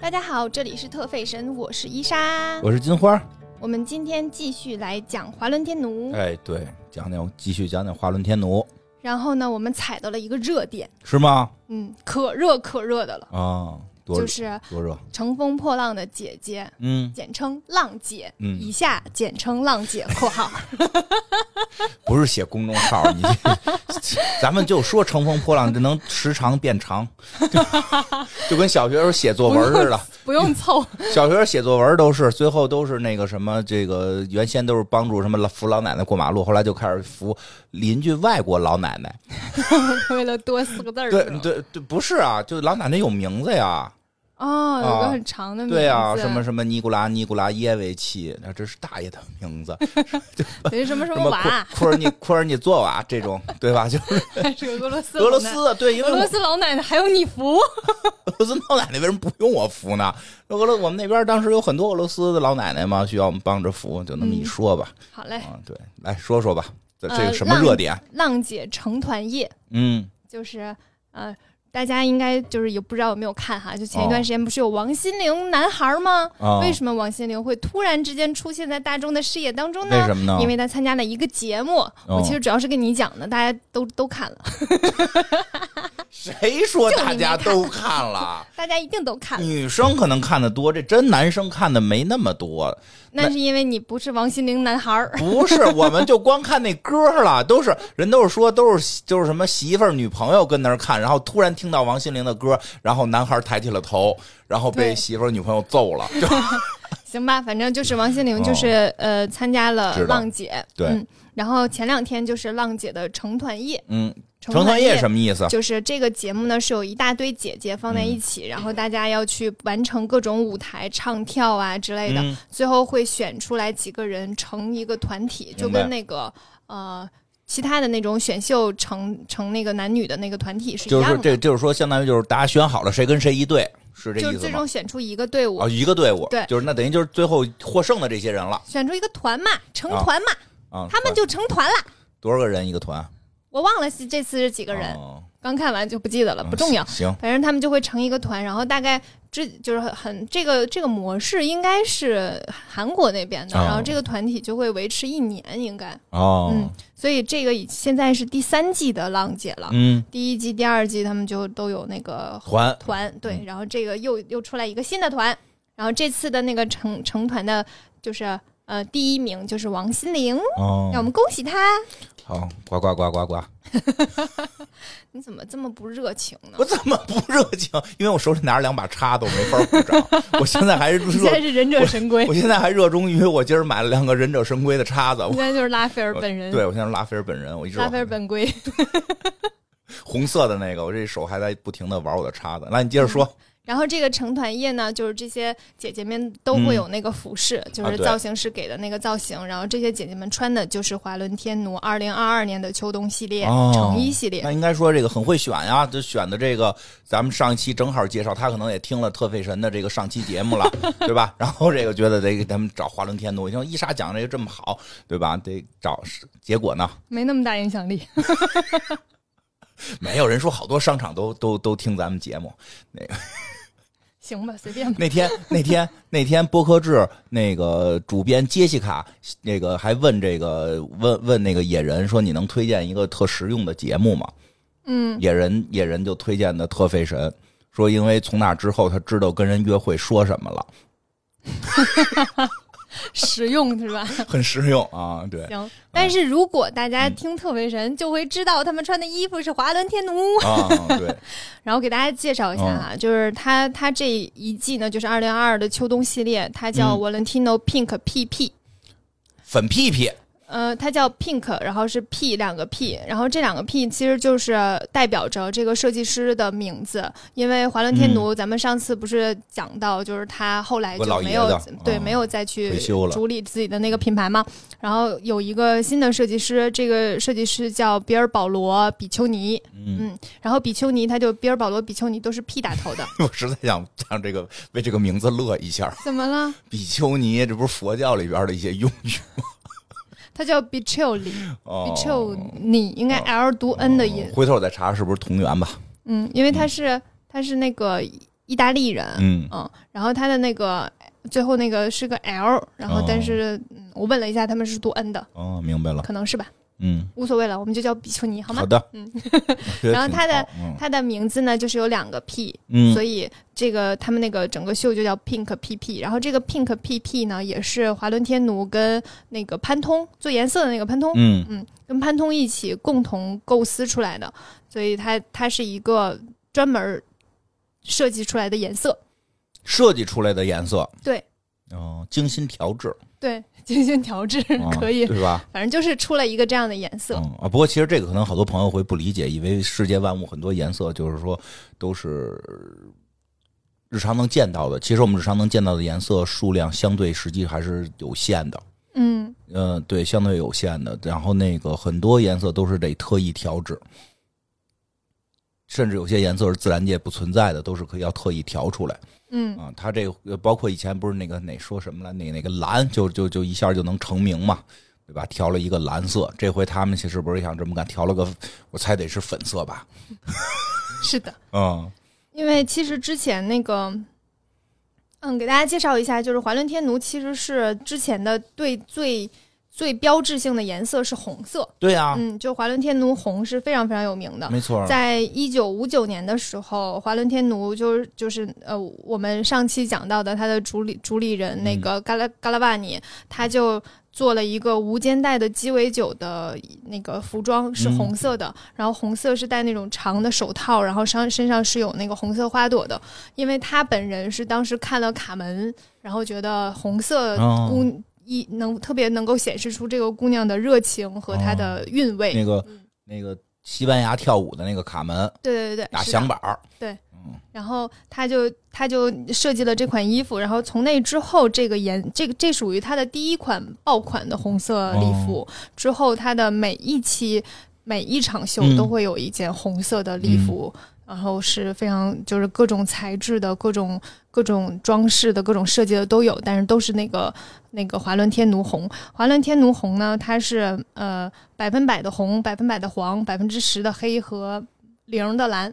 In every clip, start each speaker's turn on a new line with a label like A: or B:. A: 大家好，这里是特费神，我是伊莎。
B: 我是金花。
A: 我们今天继续来讲华伦天奴，
B: 哎，对，讲讲继续讲讲华伦天奴，
A: 然后呢，我们踩到了一个热点，
B: 是吗？
A: 嗯，可热可热的了，
B: 啊，多
A: 就是
B: 多热，
A: 乘风破浪的姐姐，
B: 嗯
A: 简称浪姐，以
B: 嗯，
A: 下简称浪 姐（括号
B: 不是写公众号，你这 咱们就说乘风破浪，这能时长变长， 就就跟小学时候写作文似的。），
A: 不用凑，
B: 小学时候写作文都是最后都是那个什么，这个原先都是帮助什么扶老奶奶过马路，后来就开始扶邻居外国老奶奶。
A: 为了多四个字儿。
B: 对
A: 是吧
B: 对对，不是啊，就老奶奶有名字呀。
A: 哦，有个
B: 啊
A: 很长的名字，
B: 对呀、什么什么尼古拉尼古拉耶维奇，那这是大爷的名字，
A: 等于什么什
B: 什
A: 么
B: 么
A: 娃，
B: 库库尔尼库尔尼佐娃这 种，对吧？就是
A: 还 是俄罗斯
B: 俄
A: 老
B: 罗
A: 奶
B: 斯，对，因为
A: 俄
B: 我
A: 罗斯老奶奶还有你服，
B: 俄罗斯老奶奶为什么不用我扶呢？俄罗我们那边当时有很多俄罗斯的老奶奶嘛，需要我们帮着扶，就那么一说吧。
A: 好嘞，
B: 啊，对，来说说吧，这这
A: 嗯哎呃
B: 个什么热点？
A: 浪姐成团夜
B: 嗯，
A: 就是呃。大家应该就是也不知道有没有看哈，就前
B: 哦
A: 一段时间不是有王心凌男孩吗？
B: 啊，
A: 为什么王心凌会突然之间出现在大众的视野当中
B: 为
A: 呢？
B: 什么呢？哦
A: 因为她参加了一个节目，我其实主要是跟你讲的，大家都都看了，
B: 谁说
A: 就你
B: 大
A: 没
B: 家
A: 看
B: 都看了？
A: 大家一定都看了。
B: 女生可能看的多，这真男生看的没那么多。
A: 那是因为你不是王心凌男孩儿，
B: 不是，我们就光看那歌了，都是人都是说都是就是什么媳妇儿、女朋友跟那儿看，然后突然听到王心凌的歌，然后男孩抬起了头，然后
A: 对
B: 被媳妇儿、女朋友揍 了。就
A: 行吧？反正就是王心凌就是、呃参加了
B: 哦知道
A: 浪姐，
B: 对
A: 嗯，然后前两天就是浪姐的成团夜，
B: 嗯，
A: 成
B: 成团夜
A: 夜
B: 什么意思？
A: 就是这个节目呢，是有一大堆姐姐放在一
B: 嗯
A: 起，然后大家要去完成各种舞台唱跳啊之类的，
B: 嗯
A: 最后会选出来几个人成一个团体，就跟那个呃其他的那种选秀成成那个男女的那个团体是一
B: 就
A: 样
B: 是
A: 的，
B: 这就是说，相当于就是大家选好了谁跟谁一队，是这
A: 就
B: 意
A: 是
B: 思
A: 最
B: 吗
A: 终？选出一个队伍，
B: 啊、一个队伍，
A: 对
B: 就是那等于就是最后获胜的这些人了
A: 选出一个团嘛，成团嘛，
B: 啊。
A: 他们就成团了。
B: 多少个人一个团？
A: 我忘了是这次是几个人，
B: 哦嗯
A: 刚看完就不记得了，不重要。
B: 行，
A: 反正他们就会成一个团，然后大概这就是很很这个这个模式应该是韩国那边的，
B: 哦
A: 然后这个团体就会维持一年，应该，
B: 哦，
A: 嗯，所以这个已现在是第三季的浪姐了，
B: 嗯，
A: 第一季、第二季他们就都有那个
B: 团
A: 团，对，
B: 嗯
A: 然后这个又又出来一个新的团，然后这次的那个成成团的就是呃第一名就是王心凌，
B: 哦
A: 让我们恭喜她，
B: 好，呱呱呱呱呱。
A: 你怎么这么不热情呢
B: 我？怎么不热情？因为我手里拿着两把叉子，我没法鼓掌。我现在还是
A: 你现在
B: 热，
A: 是忍者神龟
B: 我，现在还热衷于我今儿买了两个忍者神龟的叉子。
A: 你
B: 我
A: 现在就是拉斐尔本人。
B: 对，我现在是拉斐尔本人，我一直
A: 拉斐尔本龟，
B: 红色的那个，我这手还在不停的玩我的叉子。来，你接
A: 嗯
B: 着说。
A: 然后这个成团夜呢，就是这些姐姐们都会有那个服饰，就是
B: 嗯啊对
A: 造型师给的那个造型。然后这些姐姐们穿的就是华伦天奴二零二二年的秋冬系列、
B: 哦
A: 成衣系列。
B: 那应该说这个很会选呀，就选的这个，咱们上一期正好介绍，他可能也听了特费神的这个上期节 目了，对吧？然后这个觉得得给咱们找华伦天奴，像伊莎讲这个这么好，对吧？得找，结果呢，
A: 没那么大影响力，
B: 没有人说好多商场都都都听咱们节目，
A: 行吧，随便吧。
B: 那天 那天那天播客制那个主编杰西卡那个还问这个问问那个野人说你能推荐一个特实用的节目吗？
A: 嗯，
B: 野人野人就推荐的特费神，说因为从那之后他知道跟人约会说什么了，
A: 实用是 吧？
B: 很实用啊，对
A: 行。但是如果大家
B: 嗯
A: 听特维神，就会知道他们穿的衣服是华伦天奴。
B: 啊对，
A: 然后给大家介绍一下哈，
B: 嗯
A: 就是它它这一季呢，就是二零二二的秋冬系列，它叫
B: 嗯
A: Valentino Pink PP。
B: 粉屁屁
A: 呃，它叫 Pink，然后是 P 两个 P，然后这两个 P 其实就是代表着这个设计师的名字，因为华伦
B: 嗯
A: 天奴，咱们上次不是讲到，就是他后来就
B: 我老
A: 没
B: 爷
A: 有
B: 子
A: 对、
B: 嗯
A: 没有再去
B: 退休了
A: 主理自己的那个品牌嘛，然后有一个新的设计师，这个设计师叫比尔保罗比丘尼，
B: 嗯
A: 嗯，然后比丘尼他就比尔保罗比丘尼都是 P 打头的，
B: 我实在想让这个为这个名字乐一下，
A: 怎么了？
B: 比丘尼这不是佛教里边的一些用语
A: 他叫 b i c h o l i
B: 哦
A: b i c h o n i 应该 L 读 N 的音，
B: 回头我再查是不是同源吧。
A: 嗯，因为它是它是那个意大利人，
B: 嗯
A: 嗯，然后他的那个最后那个是个 L，然后
B: 哦
A: 但是、嗯我问了一下，他们是读 N 的，
B: 哦，明白了，
A: 可能是吧，
B: 嗯，
A: 无所谓了，我们就叫比丘尼好吗？
B: 的，
A: 嗯
B: 我觉得挺好，
A: 然后他的
B: 嗯
A: 他的名字呢，就是有两个 P，、
B: 嗯
A: 所以这个他们那个整个秀就叫 Pink PP。然后这个 Pink PP 呢，也是华伦天奴跟那个潘通做颜色的那个潘通，
B: 嗯
A: 跟潘通一起共同构思出来的，所以它它是一个专门设计出来的颜色。
B: 设计出来的颜色，
A: 对
B: 哦，精心调 制，
A: 对，精心调制、
B: 啊
A: 可以，
B: 对吧？
A: 反正就是出了一个这样的颜色。
B: 嗯啊，不过其实这个可能好多朋友会不理解，以为世界万物很多颜色就是说都是日常能见到的。其实我们日常能见到的颜色数量相对实际还是有限的，
A: 嗯，
B: 呃，对，相对有限的。然后那个很多颜色都是得特意调制，甚至有些颜色是自然界不存在的，都是可以要特意调出来。
A: 嗯
B: 啊，它这个呃包括以前不是那个哪说什么了，那那个蓝就就就一下就能成名嘛，对吧？调了一个蓝色，这回他们其实不是想这么干，调了个我猜得是粉色吧？
A: 是的，
B: 嗯
A: 因为其实之前那个，嗯，给大家介绍一下，就是华伦天奴其实是之前的对最最标志性的颜色是红色，
B: 对啊，嗯
A: 嗯，就华伦天奴红是非常非常有名的。
B: 没错儿，
A: 在一九五九年的时候，华伦天奴就是就是呃，我们上期讲到的他的主理主理人那
B: 嗯
A: 个嘎拉嘎拉瓦尼，他就做了一个无肩带的鸡尾酒的那个服装是红色
B: 嗯
A: 的，然后红色是戴那种长的手套，然后上身上是有那个红色花朵的，因为他本人是当时看了卡门，然后觉得红色
B: 哦
A: 姑。一能特别能够显示出这个姑娘的热情和她的韵味，
B: 哦那个那个西班牙跳舞的那个卡门
A: 对对对对，
B: 打
A: 是的
B: 响板儿，
A: 然后他就他就设计了这款衣服，然后从那之后，这个颜这个这属于他的第一款爆款的红色礼服。之后他的每一期每一场秀
B: 嗯
A: 都会有一件红色的礼服，然后是非常就是各种材质的、各种各种装饰的、各种设计的都有，但是都是那个那个华伦天奴红。华伦天奴红呢，它是呃百分百的红、百分百的黄、百分之十的黑和零的蓝，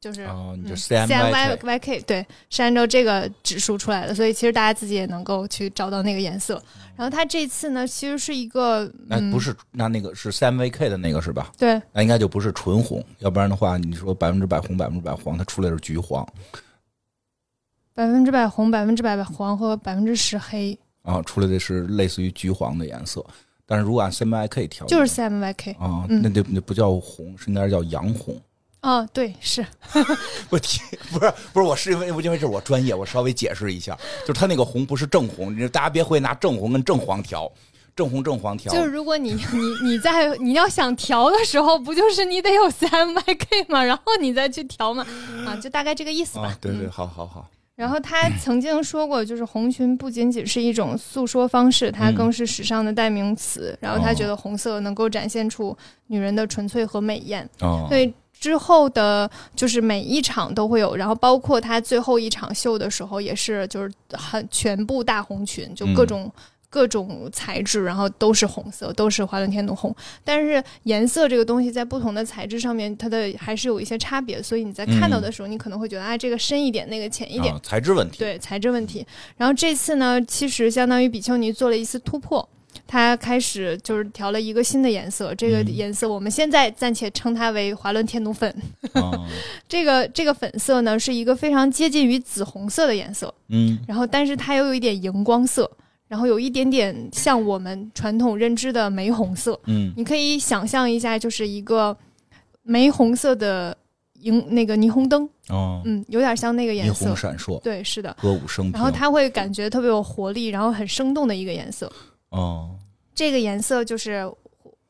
A: 就是。
B: 然哦后你就
A: 嗯
B: C M
A: CMY YK 对，是按照这个指数出来的，所以其实大家自己也能够去找到那个颜色。然后它这次呢，其实是一个，
B: 那
A: 嗯，
B: 不是那那个是 C M V K 的那个是吧？
A: 对，
B: 那应该就不是纯红，要不然的话，你说百分之百红，百分之百黄，它出来是橘黄
A: 百分之百红、百分之百黄和百分之十黑，
B: 啊，出来的是类似于橘黄的颜色。但是如果按 C M Y K 调，
A: 就是 CMYK。
B: 啊，
A: 嗯
B: 那就那不叫红，是应该叫洋红。
A: 哦，对，是
B: 不提， 不是不是，我是因为因为这是我专业，我稍微解释一下，就是它那个红不是正红，你大家别会拿正红跟正黄调，正红正黄调。
A: 就是如果你你你在你要想调的时候，不就是你得有 CMYK 嘛，然后你再去调嘛，啊，就大概这个意思吧。
B: 啊，对对，
A: 嗯
B: 好好好，
A: 然后他曾经说过，就是红裙不仅仅是一种诉说方式，它更是时尚的代名词。然后他觉得红色能够展现出女人的纯粹和美艳，
B: 哦，
A: 所以之后的就是每一场都会有，然后包括他最后一场秀的时候，也是就是很全部大红裙，就各种、各种材质，然后都是红色，都是华伦天奴红。但是颜色这个东西在不同的材质上面，它的还是有一些差别，所以你在看到的时候，你可能会觉得啊，这个深一点，那个浅一点。
B: 啊材质问题。，
A: 对材质问题。然后这次呢，其实相当于比丘尼做了一次突破，它开始就是调了一个新的颜色，这个
B: 嗯
A: 颜色我们现在暂且称它为华伦天奴粉。
B: 啊、
A: 这个这个粉色呢，是一个非常接近于紫红色的颜色，
B: 嗯，
A: 然后但是它又有一点荧光色。然后有一点点像我们传统认知的玫红色，
B: 嗯
A: 你可以想象一下，就是一个玫红色的荧那个霓虹灯，
B: 哦，
A: 嗯，有点像那个
B: 霓
A: 颜色
B: 虹。闪烁，
A: 对，是的。
B: 歌舞升平。
A: 然后它会感觉特别有活力，然后很生动的一个颜色。
B: 哦，
A: 这个颜色就是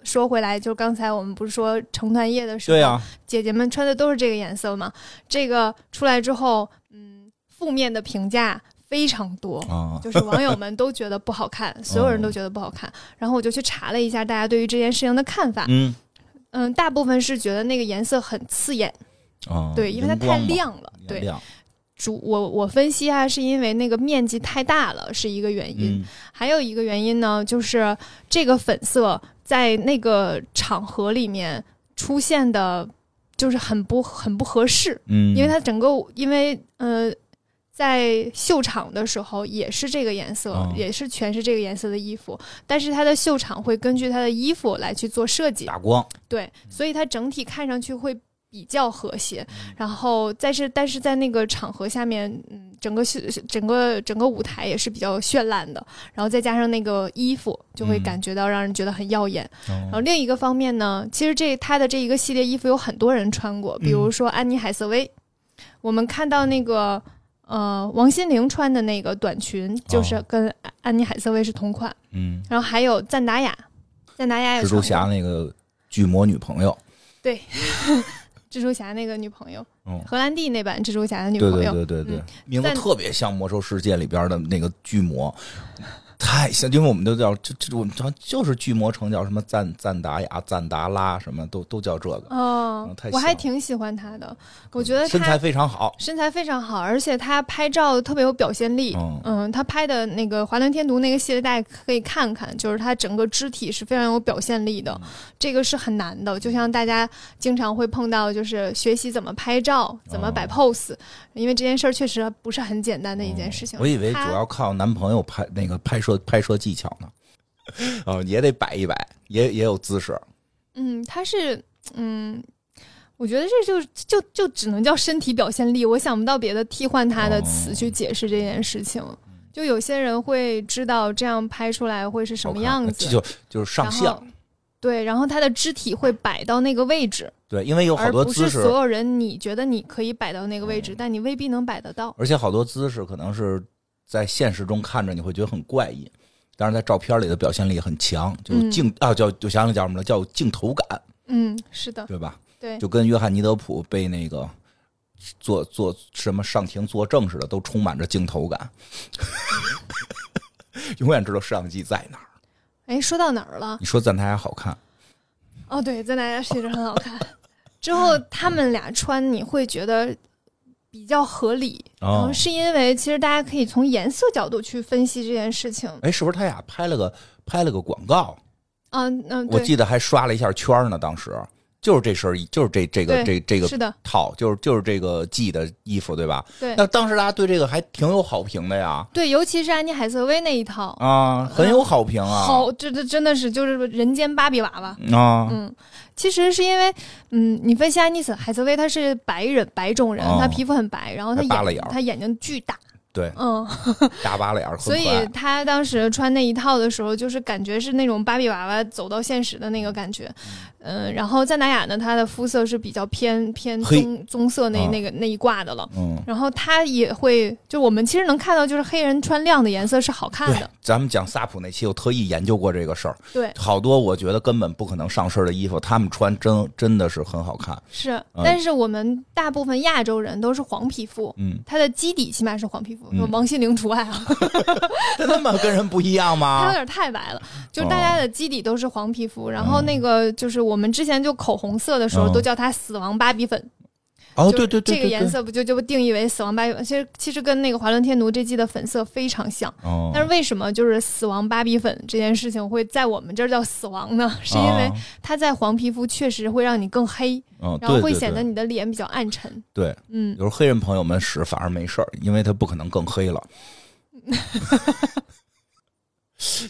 A: 说回来，就刚才我们不是说成团夜的时候，
B: 对啊，
A: 姐姐们穿的都是这个颜色嘛？这个出来之后，嗯，负面的评价非常多。
B: 啊，
A: 就是网友们都觉得不好 看，所有人
B: 哦
A: 都觉得不好看。然后我就去查了一下大家对于这件事情的看法，
B: 嗯
A: 嗯，大部分是觉得那个颜色很刺眼，
B: 啊，
A: 对，因为它
B: 荧
A: 太
B: 光嘛，
A: 亮了，对，
B: 亮，
A: 主我我分析啊，是因为那个面积太大了是一个原因，
B: 嗯
A: 还有一个原因呢，就是这个粉色在那个场合里面出现的就是很不很不合适，
B: 嗯，
A: 因为它整个因为呃。在秀场的时候也是这个颜色，
B: 哦
A: 也是全是这个颜色的衣服，但是它的秀场会根据它的衣服来去做设计，
B: 嗯打光，
A: 对，所以它整体看上去会比较和谐。
B: 嗯
A: 然后，但是但是在那个场合下面，嗯，整个秀整个整个舞台也是比较绚烂的，然后再加上那个衣服，就会
B: 嗯
A: 感觉到让人觉得很耀眼。然后
B: 哦
A: 另一个方面呢，其实这它的这一个系列衣服有很多人穿过，比
B: 嗯
A: 如说安妮海瑟薇，我们看到那个。呃，王心凌穿的那个短裙就是
B: 哦
A: 跟安安妮海瑟薇是同款，
B: 嗯，
A: 然后还有赞达雅，赞达雅也
B: 蜘
A: 穿
B: 蛛
A: 过
B: 侠那个巨魔女朋友，
A: 蜘蛛侠那个女朋友，
B: 嗯
A: 荷兰弟那版蜘蛛侠的女
B: 对
A: 朋
B: 对
A: 友，
B: 对对对
A: 嗯，
B: 名字
A: 但
B: 特别像《魔兽世界》里边的那个巨魔，太像，因为我们都叫这这我们叫就是巨魔城叫什么赞赞达雅、赞达拉什么都都叫这个，
A: 哦
B: 嗯太，
A: 我还
B: 像嗯
A: 挺喜欢他的，我觉得
B: 身
A: 他
B: 材非常好，
A: 身材非常好，而且他拍照特别有表现力。
B: 嗯
A: 嗯，他拍的那个《华伦天奴》那个系列，大家可以看看，就是他整个肢体是非常有表现力
B: 嗯
A: 的，这个是很难的。就像大家经常会碰到，就是学习怎么拍照、怎么摆
B: 哦
A: pose，、因为这件事儿确实不是很简单的一件事情。
B: 嗯我以为主
A: 他
B: 要靠男朋友拍那个拍摄拍摄技巧呢， 哦，也得摆一摆，也也有姿势，
A: 嗯，他是嗯，我觉得这就就就只能叫身体表现力，我想不到别的替换他的词
B: 哦
A: 去解释这件事情。
B: 嗯
A: 就有些人会知道这样拍出来会是什么
B: 好看
A: 样
B: 这
A: 子，
B: 就就是上
A: 然后
B: 相，
A: 对，然后他的肢体会摆到那个位置，
B: 对，因为有好
A: 而
B: 多
A: 不
B: 姿
A: 是
B: 势，嗯
A: 所有人你觉得你可以摆到那个位置，但你未必能摆得到。
B: 而且好多姿势可能是在现实中看着你会觉得很怪异，但是在照片里的表现力很强，就是
A: 嗯
B: 镜、啊叫就想想叫什么了，叫镜头感，
A: 嗯，是的，
B: 对吧？
A: 对
B: 就跟约翰尼德普被那个做做什么上庭作证似的，都充满着镜头感， 永远知道摄像机在哪儿。
A: 哎，说到哪儿了？
B: 你说赞他还好看，
A: 哦，对，咱俩确实很好看。 之后他们俩穿，你会觉得比较合理，然
B: 哦
A: 后是因为其实大家可以从颜色角度去分析这件事情。
B: 哎，是不是他俩拍了个拍了个广告？
A: 嗯嗯，
B: 我
A: 对，
B: 记得还刷了一下圈儿呢，当时就是这身儿衣，就是这这个
A: 对
B: 这这个
A: 是的，
B: 套，就是就是这个 G 的衣服，对吧？
A: 对
B: 那当时大家对这个还挺有好评的呀，
A: 对，尤其是安妮海瑟薇那一套，
B: 啊，很有好评啊，
A: 好，这这真的是就是人间芭比娃娃。
B: 啊，
A: 嗯，其实是因为，嗯，你分析安妮斯海瑟薇，她是白人白种人，
B: 哦
A: 她皮肤很白，然后她
B: 还耷拉
A: 眼
B: 眼儿
A: 她眼睛巨大，
B: 对，
A: 嗯，
B: 大巴脸儿
A: 所
B: 很
A: 以
B: 可爱，
A: 她当时穿那一套的时候，就是感觉是那种芭比娃娃走到现实的那个感觉。嗯，然后赞达雅呢，她的肤色是比较偏偏
B: 黑
A: 棕棕色那
B: 啊
A: 那个那一挂的了。
B: 嗯，
A: 然后她也会，就我们其实能看到，就是黑人穿亮的颜色是好看
B: 对
A: 的，，
B: 咱们讲萨普那期，我特意研究过这个事儿，
A: 对，
B: 好多我觉得根本不可能上身的衣服，他们穿真真的是很好看，
A: 是。但是我们大部分亚洲人都是黄皮肤，
B: 嗯，
A: 他的基底起码是黄皮肤，
B: 嗯
A: 王心凌除外啊，
B: 真他妈跟人不一样
A: 她有
B: 吗？
A: 点太白了。
B: 啊
A: 就是大家的基底都是黄皮肤，然后那个就是我们之前就口红色的时候
B: 哦嗯
A: 都叫它死亡芭比粉，
B: 哦，
A: 就是
B: 对对对，
A: 这个
B: 对
A: 颜，色不就就定义为死亡芭比粉？其实其实跟那个华伦天奴这季的粉色非常像。
B: 对哦，
A: 但是为什么就是死亡芭比粉这件事情会在我们这儿叫死亡 呢？是因为
B: 啊
A: 它在黄皮肤确实会让你更黑，
B: 嗯，
A: 然后
B: 对
A: 会
B: 对
A: 显得
B: 对
A: 你的脸比较暗沉。
B: 对。
A: 嗯，
B: 有时候黑人朋友们使反而没事儿，因为他不可能更 黑了。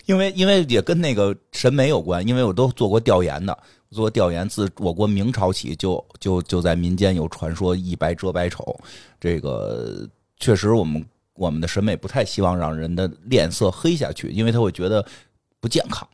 B: 因为因为也跟那个审美有关，因为我都做过调研的，做过调研，自我国明朝起就就就在民间有传说“一白遮百丑”，这个确实我们我们的审美不太希望让人的脸色黑下去，因为他会觉得不健康，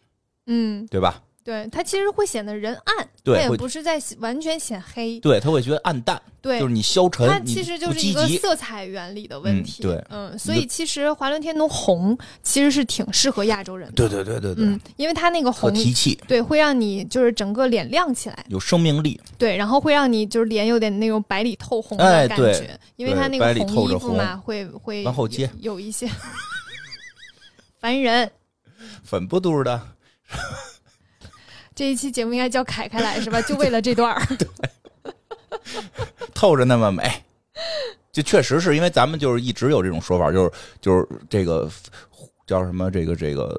A: 嗯，
B: 对吧？
A: 对，它其实会显得人暗，它
B: 对，
A: 也
B: 会
A: 不是在显完全显黑。
B: 对他会觉得暗淡，
A: 对，
B: 就是你消沉
A: 它，
B: 你
A: 其实就
B: 不
A: 是
B: 积
A: 一个
B: 极
A: 色彩原理的问题。
B: 嗯对
A: 嗯，所以其实华伦天奴红其实是挺适合亚洲人的。
B: 对对对对对，
A: 嗯，因为它那个
B: 特
A: 红。
B: 提气，
A: 对，会让你就是整个脸亮起来，
B: 有生命力。
A: 对，然后会让你就是脸有点那种白里透红
B: 哎
A: 的感
B: 对
A: 觉，因为它那个
B: 白里透
A: 衣
B: 着
A: 服嘛，会会
B: 往后接
A: 有有一些 烦人。
B: 粉不嘟的，
A: 这一期节目应该叫凯凯来是吧？就为了这段儿，
B: 透着那么美。 就确实是因为咱们就是一直有这种说法，就是就是这个叫什么这个这个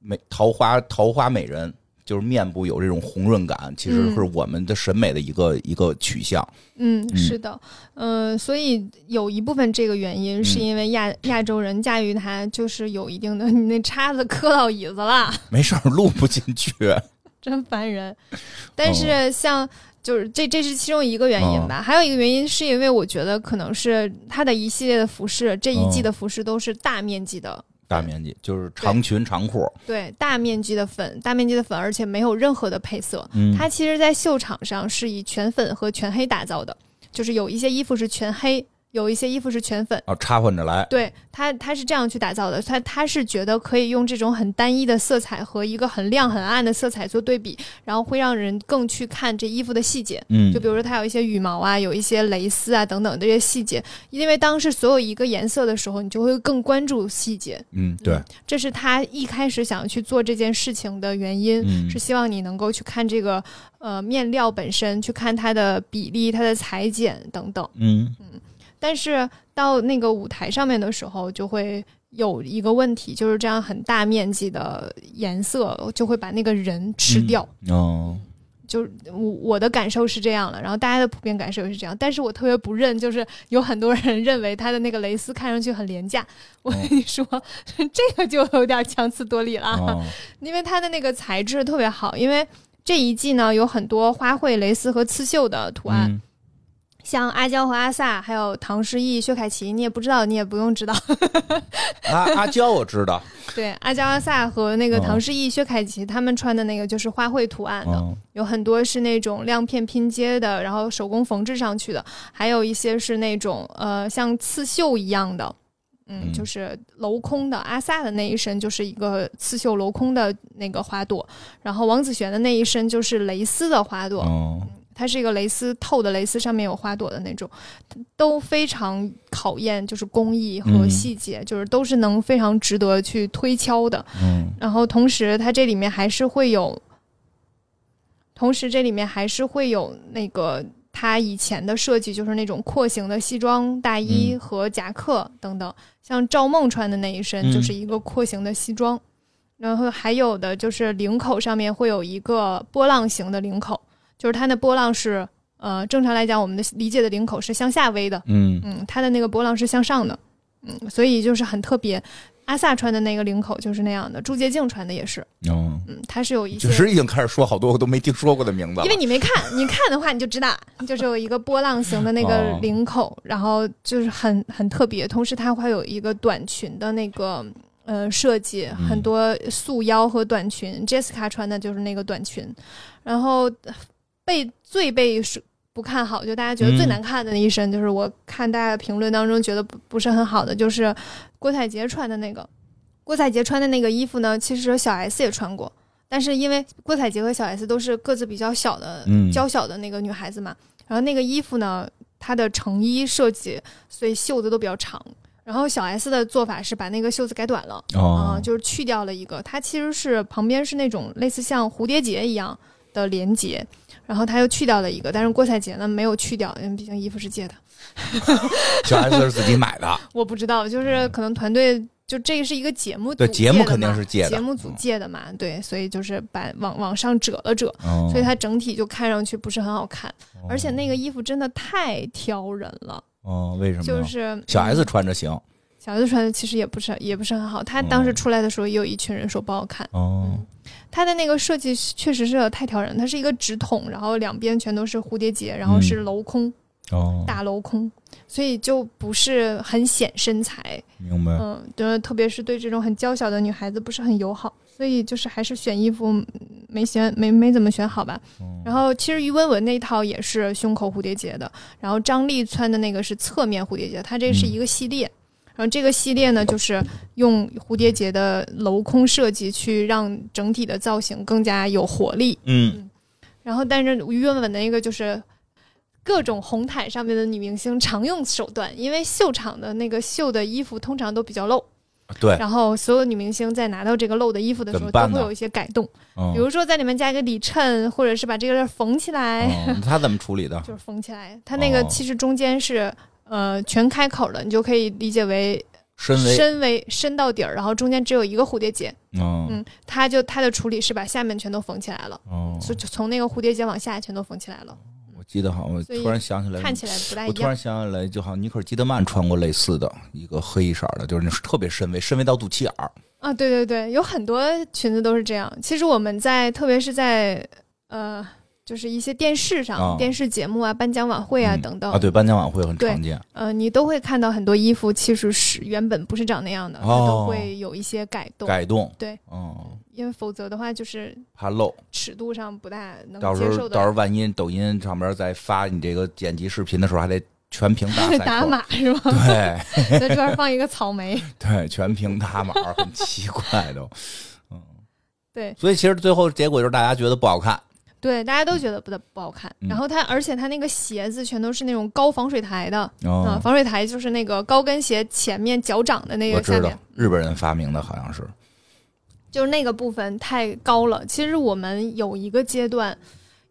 B: 美桃花桃花美人，就是面部有这种红润感，其实是我们的审美的一个、一个取向。
A: 嗯，
B: 嗯
A: 是的，嗯，所以有一部分这个原因
B: 嗯
A: 是因为亚、亚洲人驾驭它就是有一定的，你那叉子磕到椅子了，
B: 没事儿，录不进去。
A: 真烦人。但是像就是这这是其中一个原因吧，还有一个原因是因为我觉得可能是它的一系列的服饰，这一季的服饰都是大面积的，
B: 大面积就是长裙长裤，
A: 对，大面积的粉，大面积的粉，而且没有任何的配色。
B: 嗯
A: 它其实，在秀场上是以全粉和全黑打造的，就是有一些衣服是全黑，有一些衣服是全粉。
B: 啊，插混着来。
A: 对它，它是这样去打造的。它它是觉得可以用这种很单一的色彩和一个很亮很暗的色彩做对比，然后会让人更去看这衣服的细节。
B: 嗯
A: 就比如说它有一些羽毛啊，有一些蕾丝啊等等这些细节，因为当是所有一个颜色的时候，你就会更关注细节。
B: 嗯，对，
A: 这是他一开始想去做这件事情的原因，
B: 嗯
A: 是希望你能够去看这个呃面料本身，去看它的比例、它的裁剪等等。
B: 嗯
A: 但是到那个舞台上面的时候，就会有一个问题，就是这样很大面积的颜色就会把那个人吃掉。
B: 哦，
A: 就是我我的感受是这样了，然后大家的普遍感受也是这样，但是我特别不认，就是有很多人认为他的那个蕾丝看上去很廉 价，我跟你说，这个就有点强词夺理了，啊
B: 哦
A: 因为它的那个材质特别好，因为这一季呢有很多花卉、蕾丝和刺绣的图案，
B: 嗯
A: 像阿娇和阿萨，还有唐诗逸、薛凯琪，你也不知道，你也不用知道，
B: 阿啊阿娇我 知道，
A: 对，阿娇、阿萨和那个
B: 哦
A: 唐诗逸、薛凯琪他们穿的那个就是花卉图案的。
B: 嗯
A: 有很多是那种亮片拼接的，然后手工缝制上去的，还有一些是那种呃像刺绣一样的，嗯，
B: 嗯
A: 就是镂空的。阿萨的那一身就是一个刺绣镂空的那个花朵，然后王子璇的那一身就是蕾丝的花朵，
B: 哦，
A: 它是一个蕾丝透的蕾丝，上面有花朵的那种，都非常考验就是工艺和
B: 嗯
A: 细节，就是都是能非常值得去推敲的。
B: 嗯
A: 然后同时它这里面还是会有，同时这里面还是会有那个它以前的设计，就是那种廓形的西装大衣
B: 嗯
A: 和夹克等等，像赵梦穿的那一身
B: 嗯
A: 就是一个廓形的西装，然后还有的就是领口上面会有一个波浪形的领口，就是它的波浪是。呃，正常来讲，我们的理解的领口是向下微的，
B: 嗯
A: 嗯，它的那个波浪是向上的，嗯，所以就是很特别。阿萨穿的那个领口就是那样的，朱洁静穿的也是，
B: 嗯，
A: 嗯，它是有一些，
B: 确实已经开始说好多我都没听说过的名字了
A: 因为。你没看，你看的话你就知道， 就是有一个波浪形的那个
B: 哦
A: 领口，然后就是很很特别，同时它会有一个短裙的那个呃设计，
B: 嗯
A: 很多束腰和短裙、j e s s i c a 穿的就是那个短裙，然后呃被最被说不看好，就大家觉得最
B: 嗯
A: 难看的那一身，就是我看大家的评论当中觉得不不是很好的，就是郭采洁穿的那个。郭采洁穿的那个衣服呢，其实小 S 也穿过，但是因为郭采洁和小 S 都是个子比较小的、
B: 嗯
A: 娇小的那个女孩子嘛，然后那个衣服呢，它的成衣设计，所以袖子都比较长。然后小 S 的做法是把那个袖子改短了，啊、
B: 哦，
A: 就是去掉了一个，它其实是旁边是那种类似像蝴蝶结一样的连结，然后它又去掉了一个，但是郭采洁呢没有去掉，因为毕竟衣服是借的，
B: 小 S 是自己 买的，
A: 我不知道，就是可能团队就这个是一个节目
B: 嗯对
A: 组
B: 节
A: 借
B: 目
A: 的
B: 肯定
A: 嘛
B: 是借的嗯
A: 节目组借的嘛，对，所以就是把往往上折了折，
B: 哦
A: 所以它整体就看上去不是很好看，而且那
B: 个
A: 个衣服真的太挑人了，
B: 哦，为什么呢？
A: 就是
B: 小 S
A: 嗯
B: 穿着行
A: 小 S 穿的其实也不是也不是很好，她当时出来的时候也有一群人说不好看。
B: 哦，
A: 嗯它的那个设计确实是有太挑人，它是一个直筒，然后两边全都是蝴蝶结，
B: 嗯
A: 然后是镂空、
B: 哦，
A: 大镂空，所以就不是很显身材，
B: 明白。
A: 嗯，就是特别是对这种很娇小的女孩子不是很友好，所以就是还是选衣服嗯没选没没怎么选好吧。然后其实于文文那一套也是胸口蝴蝶结的，然后张丽穿的那个是侧面蝴蝶结，它这是一个系列。然后这个系列呢，就是用蝴蝶结的镂空设计去让整体的造型更加有活力。
B: 嗯
A: 然后，但是于文文的那个就是各种红毯上面的女明星常用手段，因为秀场的那个秀的衣服通常都比较露，
B: 对，
A: 嗯然后所有女明星在拿到这个露的衣服的时
B: 哎怎
A: 候，都
B: 么办呢
A: 会有一些改动，
B: 嗯
A: 比如说在里面加一个里衬，或者是把这个缝起来，
B: 哦他怎么处理的？
A: 就是缝起来。它那个
B: 哦
A: 其实中间是、呃全开口的，你就可以理解为
B: 深微，
A: 深为深到底儿，然后中间只有一个蝴蝶结，
B: 嗯
A: 嗯，他就他的处理是把下面全都缝起来了，
B: 哦，
A: 就就从那个蝴蝶结往下全都缝起来了，
B: 我记得好，我
A: 所以
B: 突然想起来，
A: 看起来不大一
B: 我突
A: 样
B: 然。想起来，就好像尼克基德曼穿过类似的一个黑色的，就是那种特别深 V，深 V 到肚脐眼儿。
A: 啊，对对对，有很多裙子都是这样。其实我们在，特别是在呃，就是一些电视上、
B: 啊
A: 电视节目啊、颁奖晚会啊、
B: 嗯
A: 等等，
B: 啊，对，颁奖晚会很
A: 对
B: 常见。
A: 呃，你都会看到很多衣服其实是原本不是长那样的，它
B: 哦
A: 都会有一些改动，
B: 改动，
A: 对，
B: 嗯，
A: 因为否则的话就是
B: 怕漏，
A: 尺度上不大能
B: 到
A: 嗯
B: 时
A: 接受
B: 候 到时
A: 的。
B: 候万一抖音上边再发你这个剪辑视频的时候，还得全屏大 赛
A: 打
B: 扣，
A: 码是吗？
B: 对
A: 在这边放一个草莓，
B: 对，全屏打码，很奇 怪都。
A: 对
B: 所以其实最后结果就是大家觉得不好看，
A: 对，大家都觉得不不好看。
B: 嗯
A: 然后它，而且它那个鞋子全都是那种高防水台的，啊，
B: 哦，
A: 防水台就是那个高跟鞋前面脚掌的那
B: 我
A: 个下
B: 知道
A: 面，
B: 日本人发明的好像是，
A: 就是那个部分太高了。其实我们有一个阶段，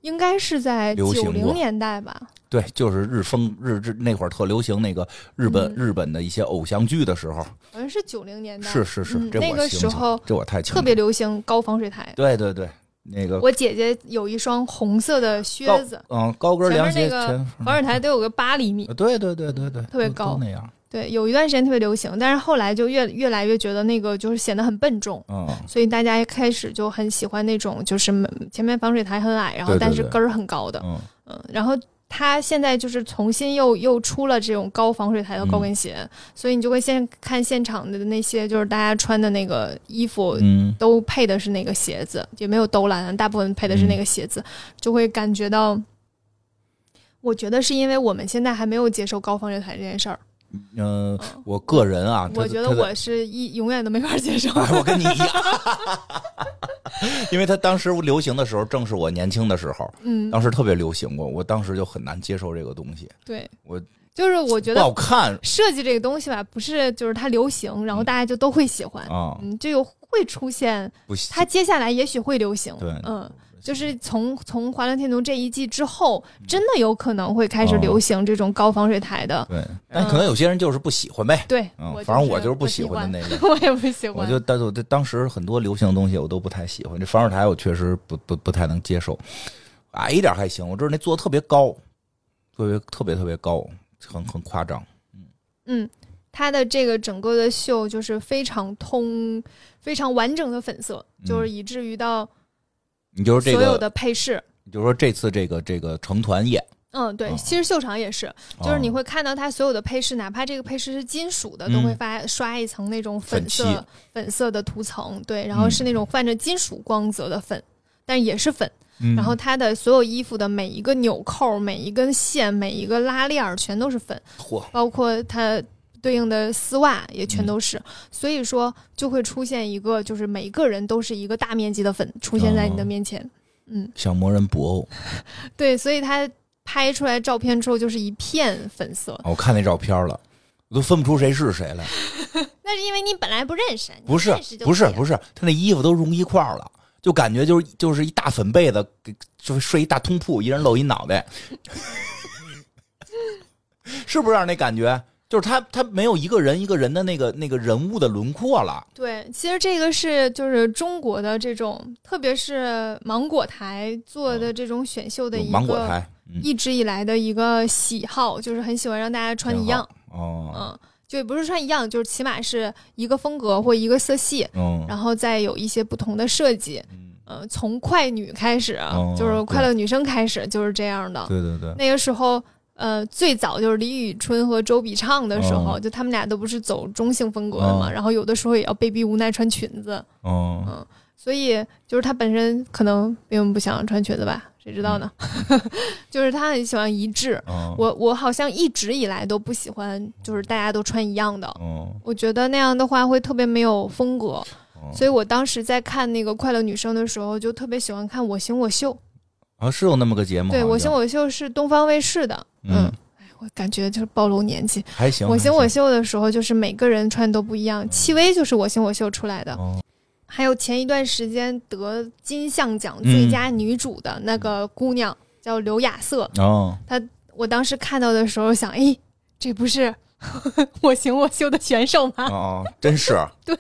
A: 应该是在
B: 流行
A: 九
B: 过
A: 零年代吧，
B: 对，就是日风日日那会儿特流行那个日本、
A: 嗯
B: 日本的一些偶像剧的时候，
A: 好像是九零年代，
B: 是是是，
A: 嗯
B: 这我
A: 那个
B: 清
A: 时
B: 楚
A: 候
B: 这我太清楚，
A: 特别流行高防水台。
B: 对对对，那个
A: 我姐姐有一双红色的靴
B: 高
A: 子，
B: 嗯高跟
A: 前
B: 凉
A: 面
B: 鞋
A: 那个
B: 全
A: 防水台都有个八厘米。
B: 对对对对对，
A: 特别
B: 都
A: 高
B: 都那样，
A: 对，有一段时间特别流行，但是后来就越越来越觉得那个就是显得很笨重。
B: 嗯，
A: 所以大家一开始就很喜欢那种，就是门前面防水台很矮，然后
B: 对对
A: 但是
B: 对
A: 跟儿很高的。
B: 嗯，
A: 嗯，然后它现在就是重新又又出了这种高防水台的
B: 嗯
A: 高跟鞋，所以你就会先看现场的那些，就是大家穿的那个衣服
B: 嗯，
A: 都配的是那个鞋子，也没有兜篮，啊大部分配的
B: 嗯
A: 是那个鞋子，就会感觉到。我觉得是因为我们现在还没有接受高防水台这件事儿，
B: 嗯，我个人啊，他
A: 哦我
B: 的
A: 觉得
B: 他的
A: 我是一永远都没法接 受。
B: 哎， 我跟你一样，因为他当时流行的时候，正是我年轻的时候，
A: 嗯，
B: 当时特别流行过，我当时就很难接受这个东西，
A: 对，
B: 我
A: 就是我觉
B: 不
A: 得
B: 好看
A: 设计这个东西吧，不是就是它流行，然后
B: 嗯
A: 大家就都会喜欢，
B: 啊，
A: 嗯，就有会出现
B: 不行，
A: 它接下来也许会流行。
B: 对
A: 嗯，就是从从《华伦天奴》这一季之后，
B: 嗯
A: 真的有可能会开始
B: 哦
A: 流行这种高防水台的。
B: 对，但可能有些人就是不喜欢呗，
A: 对，
B: 嗯
A: 嗯我，
B: 反正我
A: 就是
B: 不喜欢 的那类。
A: 那，我也不喜
B: 我
A: 欢。
B: 就但是我对当时很多流行的东西我都不太喜欢，这防水台我确实不不不太能接受，矮一点还行，我知道那做的特别高，特别特别特别高，很很夸张，
A: 嗯，它的这个整个的袖就是非常通、非常完整的粉色，
B: 嗯
A: 就是以至于到
B: 你就是这
A: 所有
B: 个，
A: 的配饰。
B: 你就说这次这个这个成团宴，
A: 嗯，对
B: 哦，
A: 其实秀场也是，就是你
B: 哦
A: 会看到它所有的配饰，哪怕这个配饰是金属的，
B: 嗯
A: 都会发刷一层那种粉色
B: 粉漆
A: 粉色的涂层，对，然后
B: 嗯
A: 是那种泛着金属光泽的粉，但也是粉。
B: 嗯
A: 然后它的所有衣服的每一个纽扣、每一根线、每一个拉链儿全都是粉，
B: 嚯，
A: 包括它对应的丝袜也全都
B: 嗯
A: 是，所以说就会出现一个，就是每个人都是一个大面积的粉出现在你的
B: 哦
A: 面前。嗯，
B: 像魔人布欧，
A: 对，所以它拍出来照片之后就是一片粉色，
B: 哦我看那照片了，我都分不出谁是谁来。
A: 那是因为你本来不认识，
B: 不是不是不
A: 是，
B: 是，他那衣服都融一块儿了，就感觉就是就是一大粉被子，给就睡一大通铺，一人露一脑袋， 是不是让那感觉？就是他他没有一个人一个人的那个那个人物的轮廓了，
A: 对，其实这个是就是中国的这种，特别是芒果台做的这种选秀的
B: 嗯有
A: 一
B: 芒果
A: 个，
B: 台，嗯，
A: 一直以来的一个喜好，就是很喜欢让大家穿
B: 挺
A: 一样，
B: 好哦，
A: 嗯，就也不是穿一样，就是起码是一个风格或一个色系，
B: 嗯
A: 然后再有一些不同的设计，
B: 嗯，
A: 呃，从快女开始，
B: 哦
A: 就是
B: 对
A: 快乐女生开始就是这样的，
B: 对对对，
A: 那个时候，呃，最早就是李宇春和周笔畅的时候，
B: 哦
A: 就他们俩都不是走中性风格的嘛，
B: 哦
A: 然后有的时候也要被逼无奈穿裙子，
B: 哦，
A: 嗯，所以就是他本身可能并不想穿裙子吧，谁知道呢？ 就是他很喜欢一致，
B: 嗯哦，
A: 我我好像一直以来都不喜欢，就是大家都穿一样的。
B: 哦，
A: 我觉得那样的话会特别没有风格，
B: 哦
A: 所以我当时在看那个《快乐女生》的时候，就特别喜欢看《我行我秀》。
B: 啊，是有那么个节目，
A: 对，《
B: 好
A: 我
B: 像
A: 行我秀》是东方卫视的，
B: 嗯
A: 嗯，哎，我感觉就是暴露年纪。
B: 还行，
A: 我
B: 还
A: 行我秀的时候，就是每个人穿都不一样。戚薇就是我行我秀出来的，
B: 哦，
A: 还有前一段时间得金像奖
B: 嗯
A: 最佳女主的那个姑娘叫刘雅瑟，
B: 哦，
A: 我当时看到的时候想，哎，这不是 我行我秀的选手嘛。
B: 哦，真是
A: 对，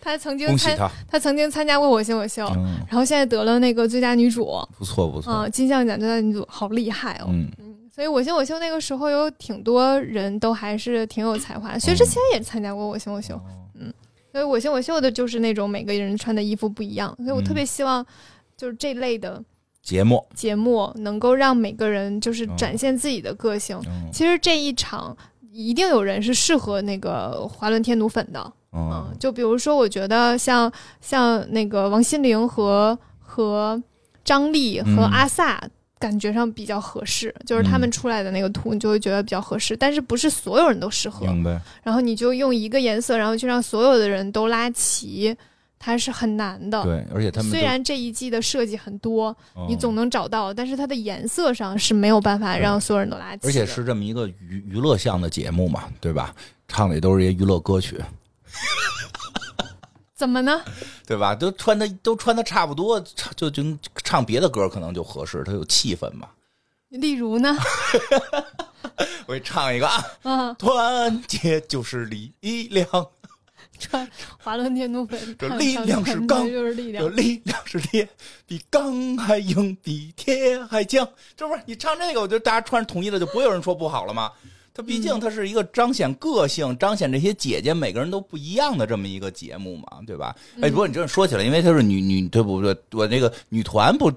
A: 她曾经
B: 恭喜
A: 参
B: 他，
A: 她曾经参加过我行我秀，
B: 嗯，
A: 然后现在得了那个最佳女主
B: 不错不
A: 啊、
B: 错，
A: 金像奖最佳女主，好厉害哦。
B: 嗯，
A: 所以我行我秀那个时候有挺多人都还是挺有才
B: 嗯
A: 华的，薛之谦也参加过我行我秀，嗯，所以我行我秀的就是那种每个人穿的衣服不一样，所
B: 嗯
A: 以我特别希望就是这类的
B: 节目，
A: 节目能够让每个人就是
B: 哦
A: 展现自己的个性。
B: 嗯
A: 其实这一场一定有人是适合那个华伦天奴粉的，嗯
B: 嗯，，
A: 就比如说，我觉得像像那个王心凌和和张丽和
B: 嗯
A: 阿萨。感觉上比较合适，就是他们
B: 嗯
A: 出来的那个图，你就会觉得比较合适。但是不是所有人都适合，
B: 嗯明白，
A: 然后你就用一个颜色，然后去让所有的人都拉齐，它是很难的。
B: 对，而且他们
A: 虽
B: 都
A: 然这一季的设计很多，
B: 嗯
A: 你总能找到，但是它的颜色上是没有办法
B: 对
A: 让所有人都拉齐的。
B: 而且是这么一个娱娱乐向的节目嘛，对吧？唱的也都是一些娱乐歌曲，
A: 怎么呢？
B: 对吧？都穿的都穿的差不多，唱就就唱别的歌可能就合适，它有气氛嘛。
A: 例如呢？
B: 我给你唱一个啊，
A: 啊，
B: 团结就是力量，
A: 穿华伦天奴粉，
B: 这
A: 看
B: 力
A: 上
B: 量
A: 去
B: 是
A: 完
B: 钢
A: 全就是力量
B: 有。力量是铁，比钢还硬，比铁还强。这不是你唱这个，我觉得大家穿统一的就不会有人说不好了吗？它毕竟它是一个彰显个性、彰显这些姐姐每个人都不一样的这么一个节目嘛，对吧？
A: 嗯
B: 哎，不过你这说起来，因为它是女女，对不对？我这个女团不，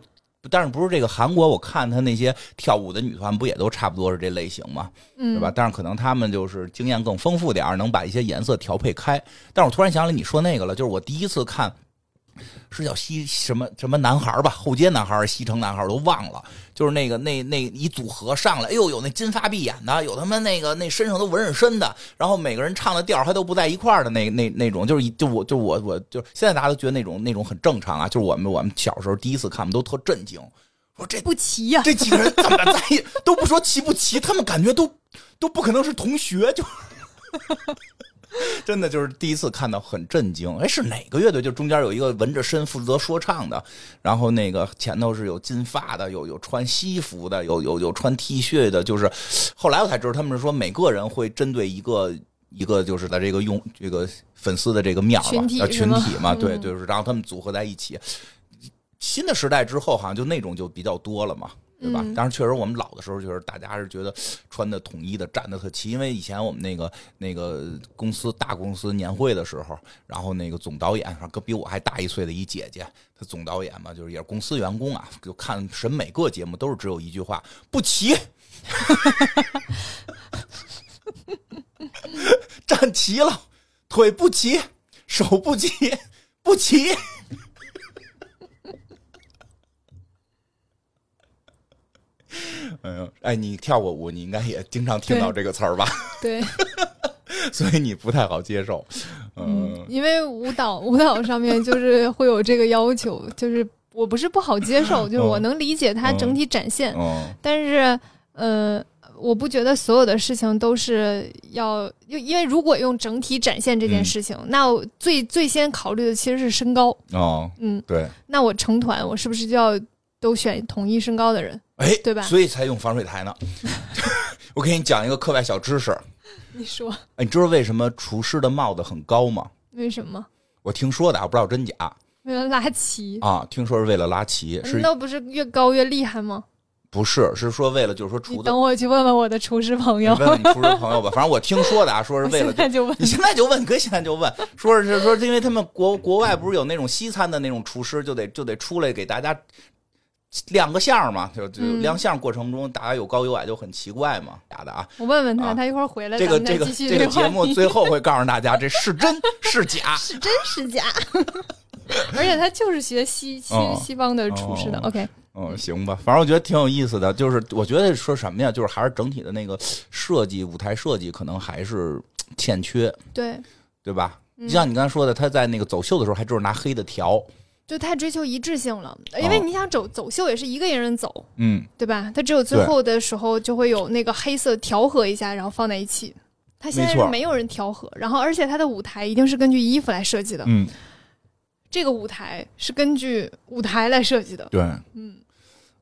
B: 但是不是这个韩国？我看她那些跳舞的女团不也都差不多是这类型吗？
A: 嗯，
B: 对吧？但是可能他们就是经验更丰富点儿，能把一些颜色调配开。但是我突然想起你说那个了，就是我第一次看，是叫西什么什么男孩儿吧，后街男孩儿、西城男孩儿我都忘了，就是那个那那一组合上来，哎呦，有那金发碧眼的，有他妈那个那身上都纹着身的，然后每个人唱的调儿还都不在一块儿的那那那种，就是一就我就我我就现在大家都觉得那种那种很正常啊，就是我们我们小时候第一次看，我们都特震惊，说这
A: 不齐呀、
B: 这几个人怎么在一都不说齐不齐，他们感觉都都不可能是同学，就 真的就是第一次看到很震惊。哎，是哪个乐队？就中间有一个纹着身负责说唱的，然后那个前头是有金发的，有有穿西服的，有有有穿 T 恤的，就是后来我才知道他们是说每个人会针对一个。一个就是在这个用这个粉丝的这个面儿吧
A: 群体
B: 呃
A: 是
B: 群
A: 吗
B: 体嘛，对，
A: 嗯
B: 就是然后他们组合在一起，新的时代之后，好像就那种就比较多了嘛，对吧？
A: 嗯
B: 当然，确实我们老的时候，确实大家是觉得穿的统一的、站的特齐，因为以前我们那个那个公司大公司年会的时候，然后那个总导演，跟比我还大一岁的一姐姐，她总导演嘛，就是也是公司员工啊，就看审每个节目都是只有一句话：不齐，站齐了，腿不齐，手不齐， 不齐。 哎呦，哎，你跳过舞，你应该也经常听到这个词儿吧？
A: 对，
B: 所以你不太好接受。
A: 嗯
B: 嗯，，
A: 因为舞蹈舞蹈上面就是会有这个要求，就是我不是不好接 受，就是
B: 嗯
A: 我能理解它整体展现，
B: 哦，
A: 但是呃，我不觉得所有的事情都是要，因因为如果用整体展现这
B: 嗯
A: 件事情，那我最最先考虑的其实是身高，
B: 哦，
A: 嗯，
B: 对，
A: 那我成团我是不是就要都选统一身高的人？
B: 哎，
A: 对吧
B: 所以才用防水台呢。 我给你讲一个课外小知识，
A: 你说
B: 哎，你知道为什么厨师的帽子很高吗？
A: 为什么？
B: 我听说的啊，我不知道真假
A: 为了拉齐，
B: 啊，听说是为了拉齐，是
A: 那不是越高越厉害吗？
B: 不是？是说为了就是说
A: 你
B: 厨的，
A: 等我去问问我的厨师朋
B: 你
A: 友
B: 问。问你厨师朋友吧，反正我听 说的啊，说是
A: 我
B: 为了
A: 现在就 问
B: 你现在就问，可以现在就问，说是说，因为他们国国外不是有那种西餐的那种厨师，就得就得出来给大家亮个相嘛，就就
A: 嗯
B: 亮相过程中，大家有高有啊矮就很奇怪嘛，假的啊。
A: 我问问
B: 啊
A: 他，他一会儿回来，
B: 这个
A: 咱们
B: 这
A: 再
B: 个
A: 继续
B: 这个
A: 话
B: 节目
A: 题
B: 最后会告诉 大家，这是真是假。
A: 是真是假？ 而且他就是学西西
B: 哦
A: 西方的厨师的。
B: 哦
A: OK，
B: 嗯，行吧，反正我觉得挺有意思的，就是我觉得说什么呀，就是还是整体的那个设计，舞台设计可能还是欠缺，
A: 对，
B: 对吧？就
A: 嗯
B: 像你刚才说的，他在那个走秀的时候还就是拿黑的条，
A: 就太追求一致性了，
B: 哦
A: 因为你想走走秀也是一个人走，
B: 嗯，
A: 对吧？他只有最
B: 对
A: 后的时候就会有那个黑色调和一下，然后放在一起。他现在
B: 没错
A: 是没有人调和，然后而且他的舞台一定是根据衣服来设计的，
B: 嗯，
A: 这个舞台是根据舞台来设计的，
B: 对，
A: 嗯，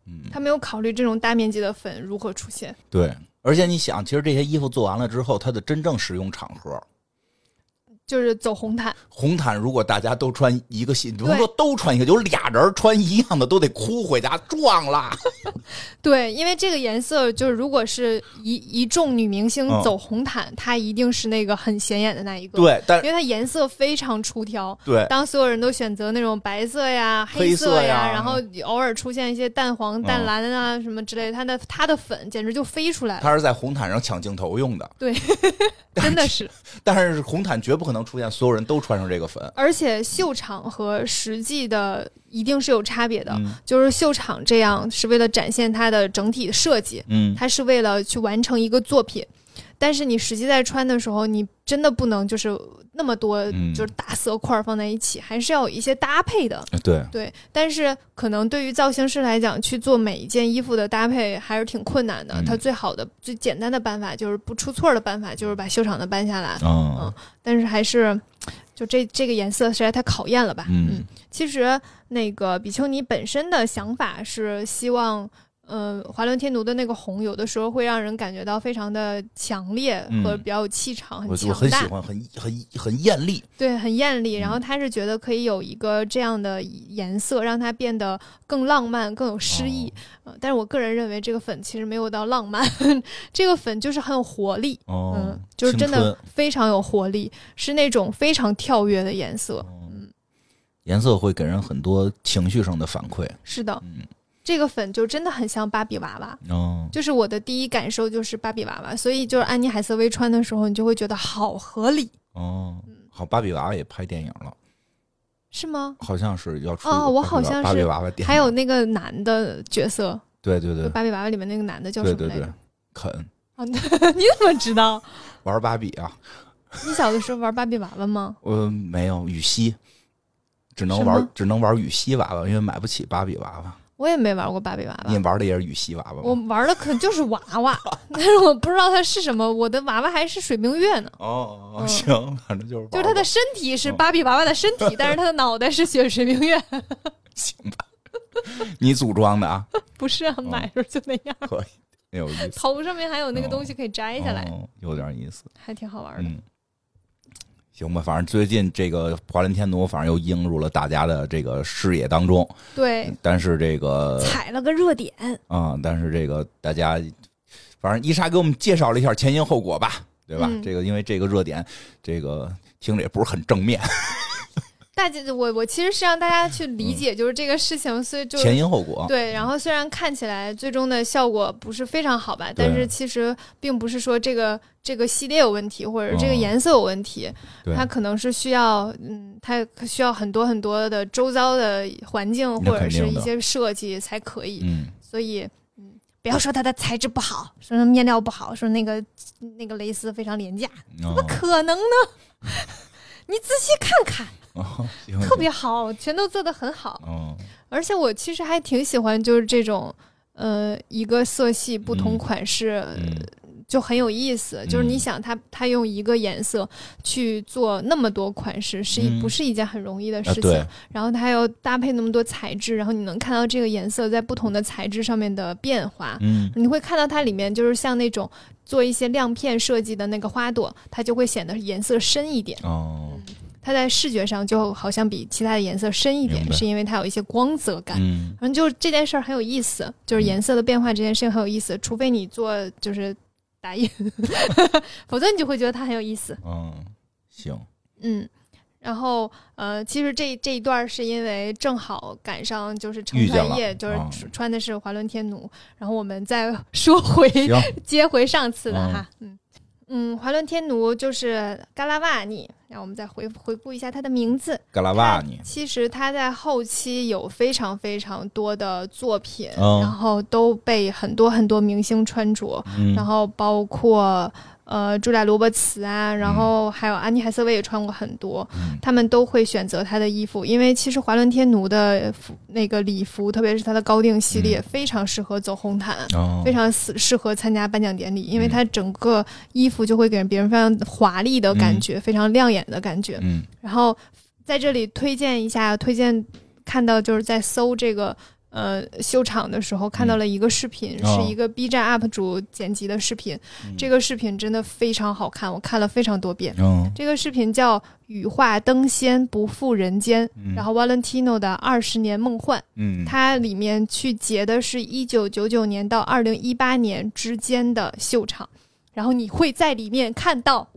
B: 嗯，
A: 他没有考虑这种大面积的粉如何出现。
B: 对，而且你想，其实这些衣服做完了之后，它的真正使用场合，
A: 就是走红毯，
B: 红毯如果大家都穿一个新，不能
A: 对
B: 说都穿一个，有俩人穿一样的都得哭回家撞啦。
A: 对，因为这个颜色就是，如果是一一众女明星
B: 嗯
A: 走红毯，它一定是那个很显眼的那一个，，
B: 对，但
A: 因为它颜色非常出挑。
B: 对
A: 当所有人都选择那种白色呀、
B: 黑色
A: 色呀，
B: 呀
A: 然后偶尔出现一些淡黄、
B: 嗯
A: 淡蓝啊、什么之类的，它的它的粉简直就飞出来了，
B: 它是在红毯上抢镜头用的，
A: 真的是。
B: 但是红毯绝不可能出现所有人都穿上这个粉。
A: 而且秀场和实际的一定是有差别的，
B: 嗯
A: 就是秀场这样是为了展现它的整体设计，
B: 嗯，
A: 它是为了去完成一个作品。但是你实际在穿的时候，你真的不能就是那么多
B: 嗯
A: 就是大色块儿放在一起，还是要有一些搭配的。
B: 对，
A: 对，但是可能对于造型师来讲，去做每一件衣服的搭配还是挺困难的。
B: 嗯
A: 他最好的、最简单的办法就是不出错的办法，就是把秀场的搬下来。
B: 嗯
A: 但是还是，就这这个颜色实在太考验了吧？
B: 嗯
A: 其实那个比丘尼本身的想法是希望，呃，华伦天奴的那个红有的时候会让人感觉到非常的强烈
B: 嗯
A: 和比较有气场，
B: 我
A: 很
B: 我很
A: 强
B: 喜
A: 大，
B: 欢，很很很艳丽。
A: 对，很艳丽。
B: 嗯
A: 然后他是觉得可以有一个这样的颜色，让它变得更浪漫、更有诗意。
B: 哦
A: 呃但是我个人认为这个粉其实没有到浪漫， 这个粉就是很有活力。
B: 哦
A: 嗯，就是真的非常有活力，是那种非常跳跃的颜
B: 哦
A: 色。
B: 嗯颜色会给人很多情绪上的反馈。
A: 是的，
B: 嗯
A: 这个粉就真的很像芭比娃娃。
B: 哦，
A: 就是我的第一感受就是芭比娃娃，所以就是安妮海瑟薇穿的时候，你就会觉得好合理，
B: 哦，好，芭比娃娃也拍电影了，
A: 是吗？
B: 好像是要出
A: 哦
B: 一个
A: 我
B: 芭比
A: 好
B: 娃
A: 像
B: 芭比
A: 是
B: 娃娃电影，
A: 还有那个男的角色，
B: 对对对
A: 芭比娃娃里面那个男的叫
B: 对
A: 什么
B: 对
A: 来着？
B: 对，肯
A: 啊， 你怎么知道？
B: 玩芭比啊，
A: 你小的时候玩芭比娃娃吗？
B: 我没有羽西，只
A: 什
B: 能
A: 么
B: 玩只能玩羽西娃娃，因为买不起芭比娃娃。
A: 我也没玩过芭比娃
B: 你
A: 娃，
B: 玩的也是羽西娃娃
A: 啊我
B: 吗？
A: 玩的可就是娃 娃，但是我不知道它是什么。我的娃娃还是水明月呢。
B: 哦，哦
A: 嗯
B: 行，反正就是玩
A: 就是他的
B: 吧
A: 身体
B: 哦
A: 是芭比娃娃的身 体，但是他的脑袋是雪水明月，
B: 行吧，你组装的啊，
A: 不是啊，买的时候就那样。
B: 可以，挺有 意思，
A: 头上面还有那个东西可以摘下来，
B: 哦有点意思。
A: 还挺好玩的。
B: 嗯，行吧，反正最近这个华伦天奴，反正又映入了大家的这个视野当中。
A: 对，
B: 但是这 个
A: 踩了个热点。
B: 啊、但是这个大家，反正伊莎给我们介绍了一下前因后果吧，对吧？
A: 嗯
B: 这个因为这个热点，这个听着也不是很正面，
A: 大家，我我其实是让大家去理解，就是这个事情，所以就
B: 前因后果。
A: 对。然后虽然看起来最终的效果不是非常好吧，
B: 对
A: 但是其实并不是说这个这个系列有问题，或者这个
B: 哦
A: 颜色有问题，
B: 对
A: 它可能是需要，嗯，它需要很多很多的周遭的环境
B: 那
A: 或者
B: 肯定
A: 是
B: 的
A: 一些设计才可以。
B: 嗯，
A: 所以，嗯，不要说它的材质不好，说它面料不好，说那个那个蕾丝非常廉价，
B: 哦
A: 怎么可能呢？你仔细看看，
B: 哦， 行
A: 特别好，全都做得很好。
B: 哦，
A: 而且我其实还挺喜欢，就是这种，呃，一个色系不同
B: 嗯
A: 款式，
B: 嗯
A: 就很有意思。就是你想它，它用一个颜色去做那么多款式，是一、
B: 嗯
A: 不是一件很容易的
B: 啊
A: 事情？
B: 对，
A: 然后它还要搭配那么多材质，然后你能看到这个颜色在不同的材质上面的变化。
B: 嗯
A: 你会看到它里面就是像那种做一些亮片设计的那个花朵，它就会显得颜色深一点。
B: 哦，
A: 它在视觉上就好像比其他的颜色深一
B: 明
A: 点，
B: 白
A: 是因为它有一些光泽感。
B: 嗯
A: 反正就是这件事儿很有意思，就是颜色的变化这件事情很有意思，除非你做就是打印， 否则你就会觉得它很有意思。
B: 嗯，行，
A: 嗯，然后呃，其实这这一段是因为正好赶上就是成
B: 遇见
A: 团
B: 了
A: 夜，就是
B: 啊
A: 穿穿的是华伦天奴，然后我们再 说回
B: 行，
A: 接回上次
B: 啊
A: 的哈，嗯嗯，华伦天奴就是嘎拉瓦尼，然后我们再回回顾一下他的名字。
B: 嘎啦哇你
A: 他，其实他在后期有非常非常多的作品，
B: 嗯
A: 然后都被很多很多明星穿着，
B: 嗯
A: 然后包括呃茱莉亚·罗伯茨啊，然后还有安妮·海瑟薇也穿过很多，
B: 嗯
A: 他们都会选择他的衣服，因为其实华伦天奴的服那个礼服，特别是他的高定系列，
B: 嗯
A: 非常适合走红毯。
B: 哦
A: 非常适适合参加颁奖典礼，因为
B: 嗯
A: 它整个衣服就会给别人非常华丽的感觉，非常亮眼的感觉。
B: 嗯
A: 然后在这里推荐一下，推荐看到就是在搜这个呃修场的时候，看到了一个视频，
B: 哦
A: 是一个 B 站 UP 主剪辑的视频，这个视频真的非常好看，我看了非常多遍。
B: 嗯
A: 这个视频叫《羽化登仙不负人间》，然后 Valentino 的《二十年梦幻》，
B: 嗯，
A: 它里面去截的是一九九九年到二零一八年之间的秀场，然后你会在里面看到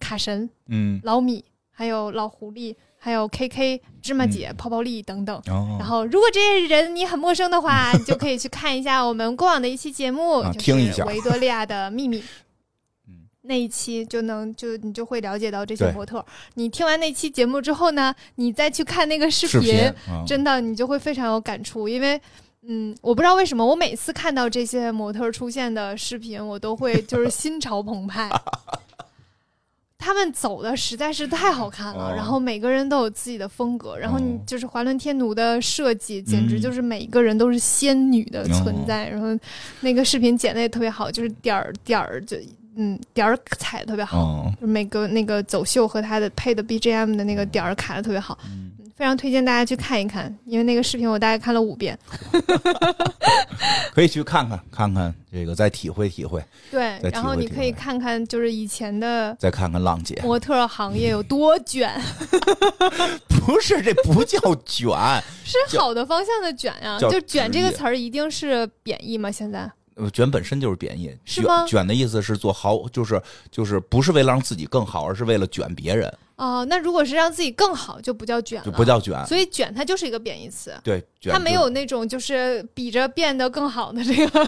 A: 卡神、
B: 嗯，
A: 老米，还有老狐狸，还有 KK、芝麻姐、泡泡丽等等。
B: 嗯哦
A: 然后，如果这些人你很陌生的 话，你就可以去看一下我们过往的一期节目，
B: 啊
A: 就是
B: 听一下
A: 维多利亚的秘密
B: 嗯。
A: 那一期就能就你就会了解到这些
B: 对
A: 模特。你听完那期节目之后呢，你再去看那个视
B: 视
A: 频，
B: 嗯
A: 真的你就会非常有感触，因为。嗯，我不知道为什么，我每次看到这些模特出现的视频，我都会就是心潮澎 湃。他们走的实在是太好看了，
B: 哦
A: 然后每个人都有自己的风格，然后你
B: 哦
A: 就是华伦天奴的设计，简直
B: 嗯哦
A: 就是每个人都是仙女的存在。然后那个视频剪的也特别好，就是点儿点儿就嗯点儿踩的特别好，
B: 哦，
A: 就是每个那个走秀和他的配的 BGM 的那个点儿卡的特别好。
B: 嗯
A: 非常推荐大家去看一看，因为那个视频我大概看了五遍。
B: 可以去看看看看这个，再体会体会，
A: 对
B: 再，体
A: 然后
B: 会
A: 你
B: 体
A: 可以
B: 会
A: 看看，就是以前的
B: 再看看浪姐。
A: 模特行业有多卷，
B: 不是，这不叫卷，
A: 是好的方向的卷呀、
B: 叫
A: 就“卷”
B: 职
A: 这
B: 业
A: 个词儿一定是贬义吗？现在
B: 呃卷本身就是贬义。
A: 是吗
B: 卷卷的意思是做好，就是就是不是为了让自己更好，而是为了卷别人，
A: 哦、那如果是让自己更好，就不叫卷了，
B: 就不叫卷。
A: 所以“卷”它就是一个贬义词，
B: 对，卷
A: 它啊没
B: 就
A: 有那种就是比着变得更好的这 个，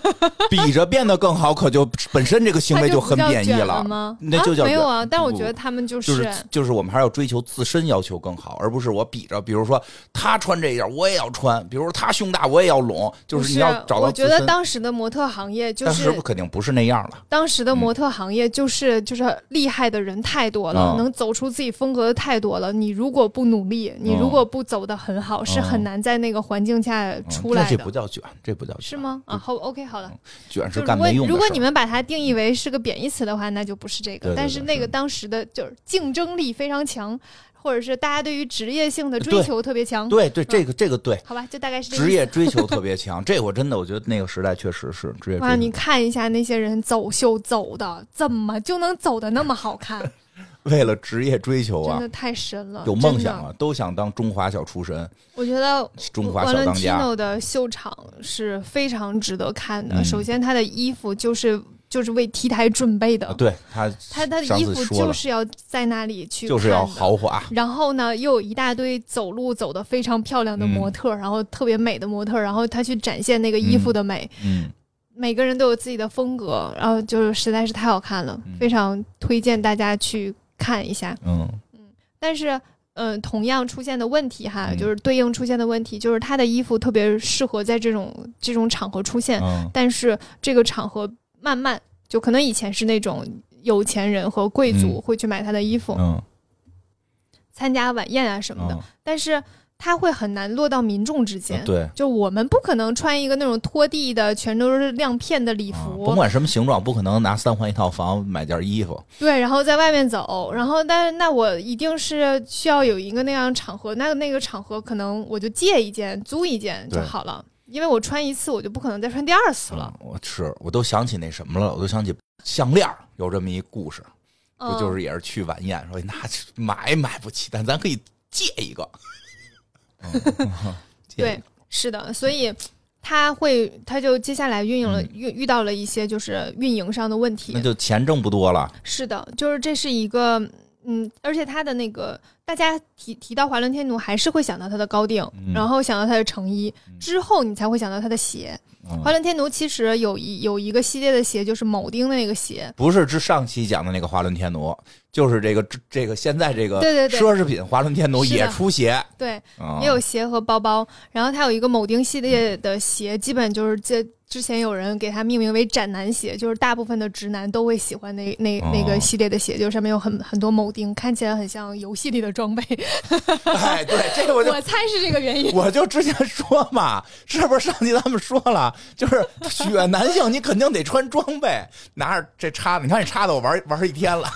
B: 比着变得更好，可就本身这个行
A: 它
B: 为
A: 就不
B: 很
A: 叫
B: 贬义
A: 卷了吗？
B: 那就叫
A: 啊、没有
B: 卷
A: 啊，但我
B: 不
A: 觉得他们就
B: 就是就是我们还是要追求自身要求更好，而不是我比着，比如说他穿这样我也要穿，比如说他胸大我也要拢，就
A: 不
B: 你要找到
A: 我
B: 自
A: 觉
B: 身。
A: 得当时的模特行业就
B: 但
A: 是
B: 是肯定不嗯是那样了，
A: 当时的模特行业就是、就是厉害的人太多了，
B: 嗯
A: 能走出自己风格的太多了。你如果不努力，你
B: 啊
A: 如果不走的很好，是很难在那个环境下
B: 嗯
A: 出
B: 那
A: 来
B: 啊这
A: 的，
B: 不叫卷，这不叫卷，
A: 是吗？啊，好，OK，好了。
B: 卷是
A: 就
B: 干
A: 如果
B: 没用的事
A: 如果
B: 儿嗯
A: 你们把它定义为是个贬义词的话，那就不是这个。
B: 对对
A: 但是
B: 对
A: 那个
B: 是
A: 当时的就是竞争力非常强，或者是大家对于职业性的追
B: 呃对
A: 求特别强。
B: 对对这个这个对，
A: 好吧，就大概是嗯这个
B: 职
A: 意思。
B: 业追求特别强，这我真的我觉得那个时代确实是职业追
A: 哇，你
B: 求。
A: 看一下那些人走秀走的，怎么就能走的那么好 看？
B: 为了职业追求
A: 真
B: 啊
A: 的，太神了，
B: 有梦
A: 真的
B: 想啊，都想当中华小厨神、
A: 我觉得
B: 中华
A: 瓦
B: 小
A: 伦
B: 当
A: 蒂
B: 家。
A: 诺的秀场是非常值得看的。
B: 嗯
A: 首先，他的衣服就是就是为 T 台准备的，
B: 啊对他，
A: 他他的
B: 上
A: 衣
B: 次
A: 服
B: 说
A: 就
B: 了，
A: 是要在那里去
B: 就是要
A: 看的。
B: 豪华。
A: 然后呢，又有一大堆走路走的非常漂亮的模特，然后特别美的模特，然后他去展现那个衣服的美。
B: 嗯嗯，
A: 每个人都有自己的风格，然后就是实在是太好看了，
B: 嗯
A: 非常推荐大家去看一下。
B: 嗯，
A: 但是，呃，同样出现的问题哈，
B: 嗯
A: 就是对应出现的问题，就是他的衣服特别适合在这种这种场合出现，
B: 嗯，
A: 但是这个场合慢慢就可能以前是那种有钱人和贵族
B: 嗯
A: 会去买他的衣服，
B: 嗯，
A: 参加晚宴啊什么的，
B: 嗯
A: 但是他会很难落到民众之间。
B: 哦对，
A: 就我们不可能穿一个那种拖地的，全都是亮片的礼
B: 啊
A: 服，
B: 甭管什么形状，不可能拿三环一套房买件衣服。
A: 对，然后在外面走，然后但是那我一定是需要有一个那样的场合，那那个场合可能我就借一件、租一件就
B: 对
A: 好了，因为我穿一次，我就不可能再穿第二次了。
B: 嗯我是，我都想起那什么了，我都想起项链儿有这么一故事，
A: 嗯，
B: 不就是也是去晚宴，说那买买不起，但咱可以借 一个。嗯借一
A: 对
B: 个，，
A: 是的，所以他会，他就接下来运营了，
B: 嗯
A: 遇遇到了一些就是运营上的问题
B: 那。就钱挣不多了。
A: 是的，就是这是一个。嗯，而且他的那个，大家提提到华伦天奴，还是会想到他的高定，
B: 嗯
A: 然后想到他的成衣，
B: 嗯
A: 之后你才会想到他的鞋。
B: 嗯
A: 华伦天奴其实有一有一个系列的鞋，就是铆钉的那个鞋，
B: 不是之上期讲的那个华伦天奴，就是这个这这个现在这个
A: 对对对
B: 奢侈品华伦天奴
A: 是的
B: 也出鞋，
A: 对，
B: 嗯
A: 也有鞋和包包。然后它有一个铆钉系列的鞋，基本就是这之前有人给它命名为“斩男鞋”，就是大部分的直男都会喜欢那那
B: 哦
A: 那个系列的鞋，就是上面有很很多铆钉，看起来很像游戏里的装备。
B: 哎，对，这个我就
A: 我猜是这个原因。
B: 我就之前说嘛， 是不是上期咱们说了，就是 选男性你肯定得穿装备，拿着这叉子，你看你叉子我玩玩一天了，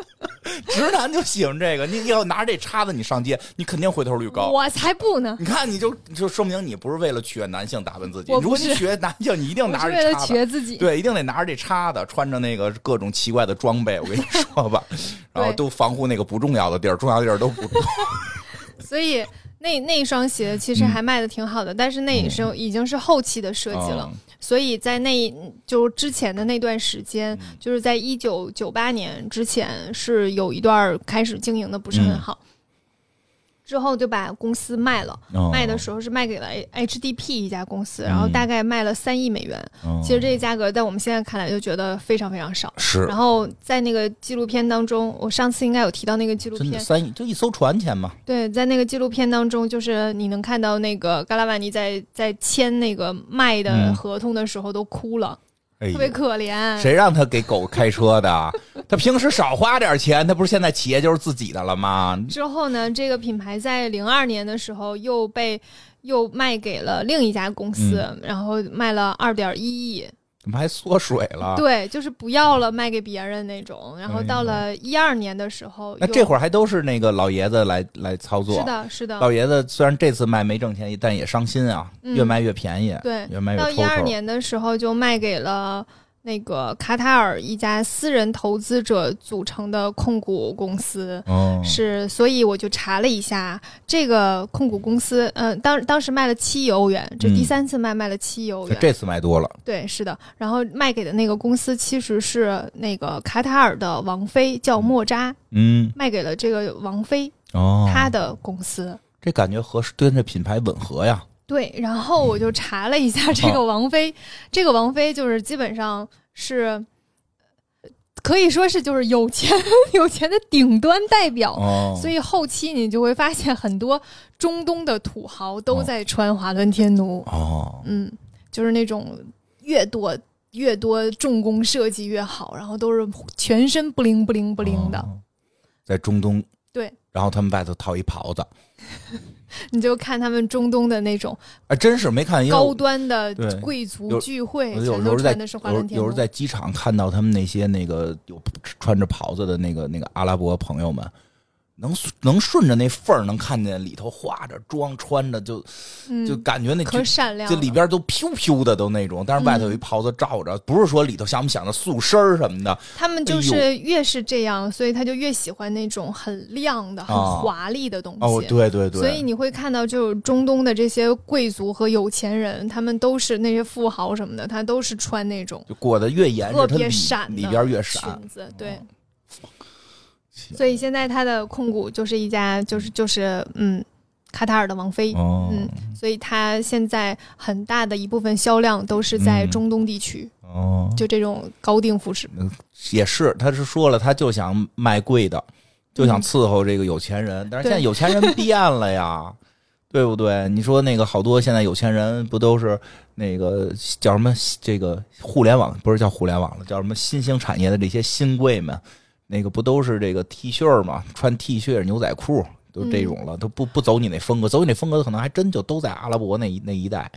B: 直男就喜欢这个，你要拿着这叉子你上街，你肯定回头率高。
A: 我才不呢，
B: 你看，你就就说明你不是为了取悦男性打扮自己。
A: 我
B: 如
A: 不
B: 果你
A: 是
B: 取悦男性，你一定
A: 我
B: 拿
A: 是
B: 着
A: 为了
B: 叉
A: 取
B: 子，
A: 悦自己。
B: 对，一定得拿着这叉子，穿着那个各种奇怪的装备。 我跟你说吧，然后都防护那个不重要的地儿，重要的地儿都不。
A: 所以那那一双鞋其实
B: 嗯
A: 还卖的挺好的，但是那也是已经是后期的设计了。
B: 嗯
A: 所以在那一就是之前的那段时间，
B: 嗯
A: 就是在一九九八年之前是有一段儿开始经营的不是
B: 嗯
A: 很好，之后就把公司卖了。
B: 哦
A: 卖的时候是卖给了 H D P 一家公司，
B: 嗯
A: 然后大概卖了三亿美元。
B: 嗯
A: 其实这个价格在我们现在看来就觉得非常非常少。
B: 是
A: 然后在那个纪录片当中，我上次应该有提到那个纪录
B: 真的
A: 片，
B: 三亿就一艘船钱嘛。
A: 对，在那个纪录片当中，就是你能看到那个嘎拉瓦尼在在签那个卖的
B: 嗯
A: 合同的时候都哭了，
B: 哎
A: 特
B: 呦
A: 别可怜。
B: 谁让他给狗开车的？啊他平时少花点钱，他不是现在企业就是自己的了吗？
A: 之后呢，这个品牌在零二年的时候又被又卖给了另一家公司，
B: 嗯
A: 然后卖了二点一亿，
B: 怎么还缩水了？
A: 对，就是不要了，卖给别人那种。然后
B: 啊哎呀
A: 到了一二年的时候，
B: 哎那这
A: 儿
B: 会儿还都是那个老爷子来来操作。
A: 是的，是的，
B: 老爷子虽然这次卖没挣钱，但也伤心啊，
A: 嗯
B: 越卖越便宜，
A: 对
B: 越卖越
A: 到
B: 抽
A: 一二
B: 抽。
A: 年的时候就卖给了那个卡塔尔一家私人投资者组成的控股公司。
B: 哦，
A: 是，所以我就查了一下这个控股公司，嗯、当当时卖了七亿欧元，这
B: 嗯
A: 第三次卖卖了七亿欧
B: 这
A: 元，
B: 这次卖多了，
A: 对，是的。然后卖给的那个公司其实是那个卡塔尔的王妃，叫莫扎，
B: 嗯，
A: 卖给了这个王妃
B: 哦，
A: 她的公司。
B: 这感觉和跟这品牌吻合呀，
A: 对，然后我就查了一下这个王菲，这个王菲就是基本上是可以说是就是有钱 有钱的顶端代表，
B: 哦，
A: 所以后期你就会发现很多中东的土豪都在穿华伦天奴，
B: 哦，
A: 嗯，就是那种越多越多重工设计越好，然后都是全身不灵不灵不灵的，
B: 哦在中东，
A: 对，
B: 然后他们外头套一袍子，
A: 你就看他们中东的那种
B: 哎，真是没看，因为
A: 高
B: 我
A: 端的
B: 对
A: 贵族
B: 有
A: 聚会，
B: 我有
A: 全
B: 时
A: 都
B: 候在
A: 穿的是华
B: 有
A: 伦天
B: 有时候
A: 奴。
B: 在机场看到他们那些那个有穿着袍子的那个那个阿拉伯朋友们。能能顺着那缝儿能看见里头化着妆穿着就
A: 嗯。
B: 就感觉那
A: 可
B: 就
A: 闪亮
B: 就
A: 了，嗯
B: 里边都飘飘的都那种，但是外头有一袍子罩着，不是说里头像我们想的素身儿什么的，
A: 他们就是越是这样，所以他就越喜欢那种很亮的、很
B: 哦
A: 华丽的东西。
B: 哦，对对对，
A: 所以你会看到，就是中东的这些贵族和有钱人，他们都是那些富豪什么的，他都是穿那种
B: 就裹得越严实，
A: 特
B: 它
A: 别
B: 哎里
A: 闪的
B: 里边越闪。哦
A: 裙子。对，
B: 行
A: 所以现在他的控股就是一家，就是就是嗯，卡塔尔的王妃。
B: 哦
A: 嗯，所以他现在很大的一部分销量都是在
B: 嗯
A: 中东地区，
B: 哦，
A: 就这种高定服饰。
B: 也是，他是说了，他就想卖贵的，就
A: 嗯
B: 想伺候这个有钱人，但是现在有钱人变 了呀。对不对？你说那个好多现在有钱人不都是那个叫什么？这个互联网不是叫互联网了，叫什么新兴产业的这些新贵们，那个不都是这个 T 恤嘛，穿 T 恤、牛仔裤都这种
A: 嗯
B: 了，都不不走你那风格，走你那风格可能还真就都在阿拉伯那一那一带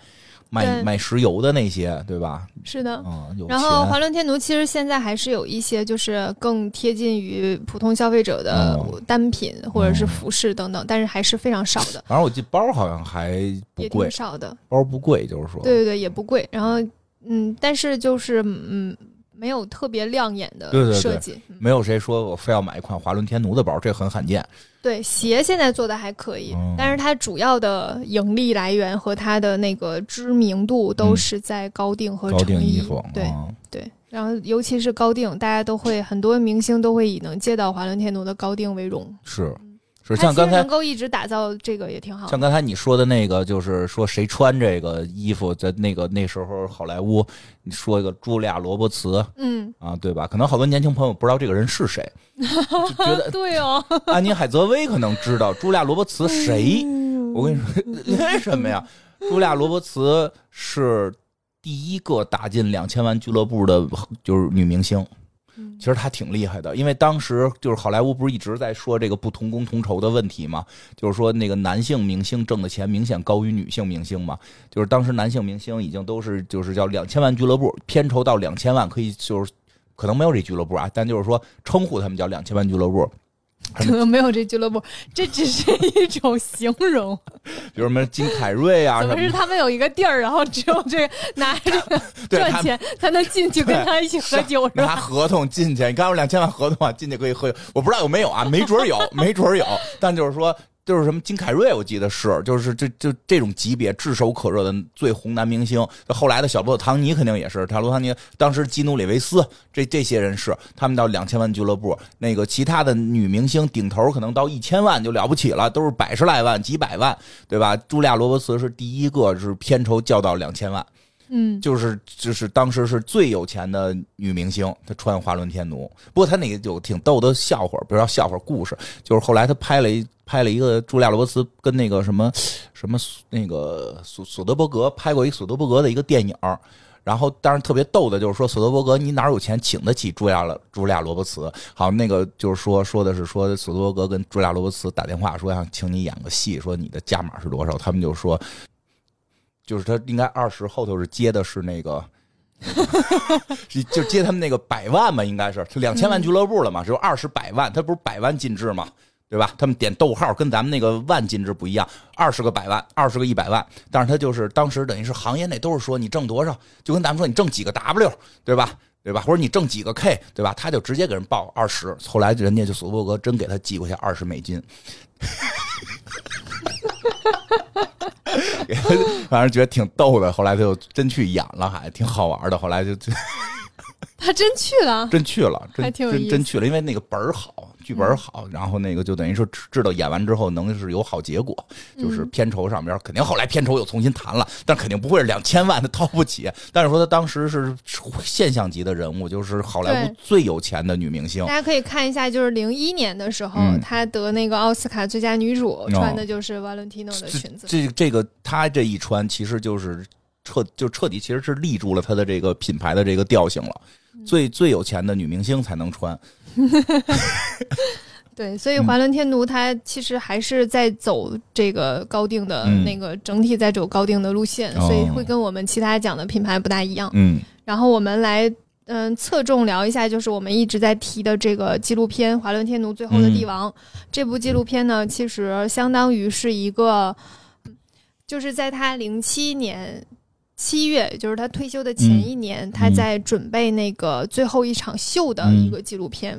B: 卖
A: 对
B: 卖石油的那些，对吧？
A: 是的，
B: 嗯，有钱。
A: 然后华伦天奴其实现在还是有一些就是更贴近于普通消费者的
B: 哦
A: 单品或者是服饰等等，但是还是非常少的，
B: 反正我记得包好像还嗯不
A: 也
B: 贵
A: 挺，少的。
B: 包不贵，就是说，
A: 对对对，也不贵。然后嗯，但是就是嗯，没有特别亮眼的
B: 对对对
A: 设计。嗯
B: 没有谁说我非要买一款华伦天奴的包，这很罕见。
A: 对鞋现在做的还可以，
B: 哦
A: 但是它主要的盈利来源和它的那个知名度都
B: 嗯
A: 是在高定和
B: 高
A: 成
B: 定
A: 衣。
B: 衣服，
A: 对。
B: 嗯
A: 对，然后尤其是高定，大家都会很多明星都会以能借到华伦天奴的高定为荣。
B: 是
A: 他
B: 是，像刚才
A: 能够一直打造这个也挺好的。
B: 像刚才你说的那个，就是说谁穿这个衣服，在那个那时候好莱坞，你说一个茱莉亚·罗伯茨
A: 嗯，
B: 啊，对吧？可能好多年轻朋友不知道这个人是谁，就觉 得
A: 对哦，
B: 安妮海瑟薇可能知道茱莉亚·罗伯茨
A: 嗯
B: 谁？哎我跟你说， 为什么呀？茱莉亚·罗伯茨是第一个打进两千万俱乐部的，就是女明星。
A: 嗯
B: 其实她挺厉害的，因为当时就是好莱坞不是一直在说这个不同工同酬的问题嘛，就是说那个男性明星挣的钱明显高于女性明星嘛，就是当时男性明星已经都是就是叫两千万俱乐部片酬到两千万可以就是可能没有这俱乐部啊，但就是说称呼他们叫两千万俱乐部，
A: 可能没有这俱乐部，这只是一种形容。
B: 比如什么金凯瑞啊
A: 怎
B: 什
A: 么
B: 么
A: 是
B: 的，
A: 他们有一个地儿，然后只有 这个拿着这个
B: 对
A: 赚
B: 他啊
A: 钱才能进去跟他一起喝酒是
B: 拿
A: 吧？
B: 合同进去，你刚才说两千万合同啊，进去可以喝酒，我不知道有没有啊，没准儿有，没准儿有，但就是说。就是什么金凯瑞，我记得是，就是这就这种级别炙手可热的最红男明星。后来的小罗伯特唐尼肯定也是，小罗伯特唐尼当时基努里维斯这这些人是，他们到两千万俱乐部，那个其他的女明星顶头可能到一千万就了不起了，都是百十来万、几百万，对吧？茱莉亚·罗伯茨是第一个是片酬较到两千万，
A: 嗯，
B: 就是就是当时是最有钱的女明星，她穿华伦天奴。不过她那个有挺逗的笑话，不是笑话故事，就是后来她拍了一拍了一个茱莉亚·罗伯茨跟那个什么什么那个索索德伯格拍过一索德伯格的一个电影儿。然后，当然特别逗的就是说，索德伯格你哪儿有钱请得起茱莉亚了茱莉亚罗伯茨？好，那个就是说说的是说索德伯格跟茱莉亚罗伯茨打电话说想请你演个戏，说你的价码是多少？他们就说就是他应该二十后头是接的是那个， 是就接他们那个百万吧，应该是两千万俱乐部了嘛，只有二十百万，他不是百万进制嘛，对吧？他们点逗号跟咱们那个万进制不一样，二十个百万，二十个一百万，但是他就是当时等于是行业内都是说你挣多少，就跟咱们说你挣几个 W，对吧？对吧？或者你挣几个 K，对吧？他就直接给人报二十，后来人家就索伯格真给他寄过去二十美金， 给他反正觉得挺逗的。后来他就真去演了，还挺好玩的。后来就就，
A: 他真去了
B: 真去了，真
A: 还挺有意思
B: 真
A: 嗯
B: 真去了，因为那个本儿好，剧本儿好，然后那个就等于说知知道演完之后能是有好结果，就是
A: 嗯
B: 片酬上边儿肯定后来片酬又重新谈了，但肯定不会是两千万，他掏不起。但是说他当时是现象级的人物，就是好莱坞
A: 对
B: 最有钱的女明星
A: 大。家可以看一下，就是零一年的时候
B: 嗯，
A: 她得那个奥斯卡最佳女主，
B: 哦
A: 穿的就是瓦伦蒂诺的
B: 这
A: 裙子。
B: 这这个他这一穿，其实就是彻就彻底其实是立住了他的这个品牌的这个调性了。
A: 嗯
B: 最最有钱的女明星才能穿，
A: 对，所以
B: 嗯
A: 华伦天奴他其实还是在走这个高定的
B: 嗯
A: 那个整体在走高定的路线，
B: 哦
A: 所以会跟我们其他讲的品牌不大一样。
B: 嗯
A: 然后我们来嗯侧重聊一下，就是我们一直在提的这个纪录片《华伦天奴最后的帝王》这部纪录片呢，其实相当于是一个，就是在他零七年。七月，就是他退休的前一年，他在准备那个最后一场秀的一个纪录片。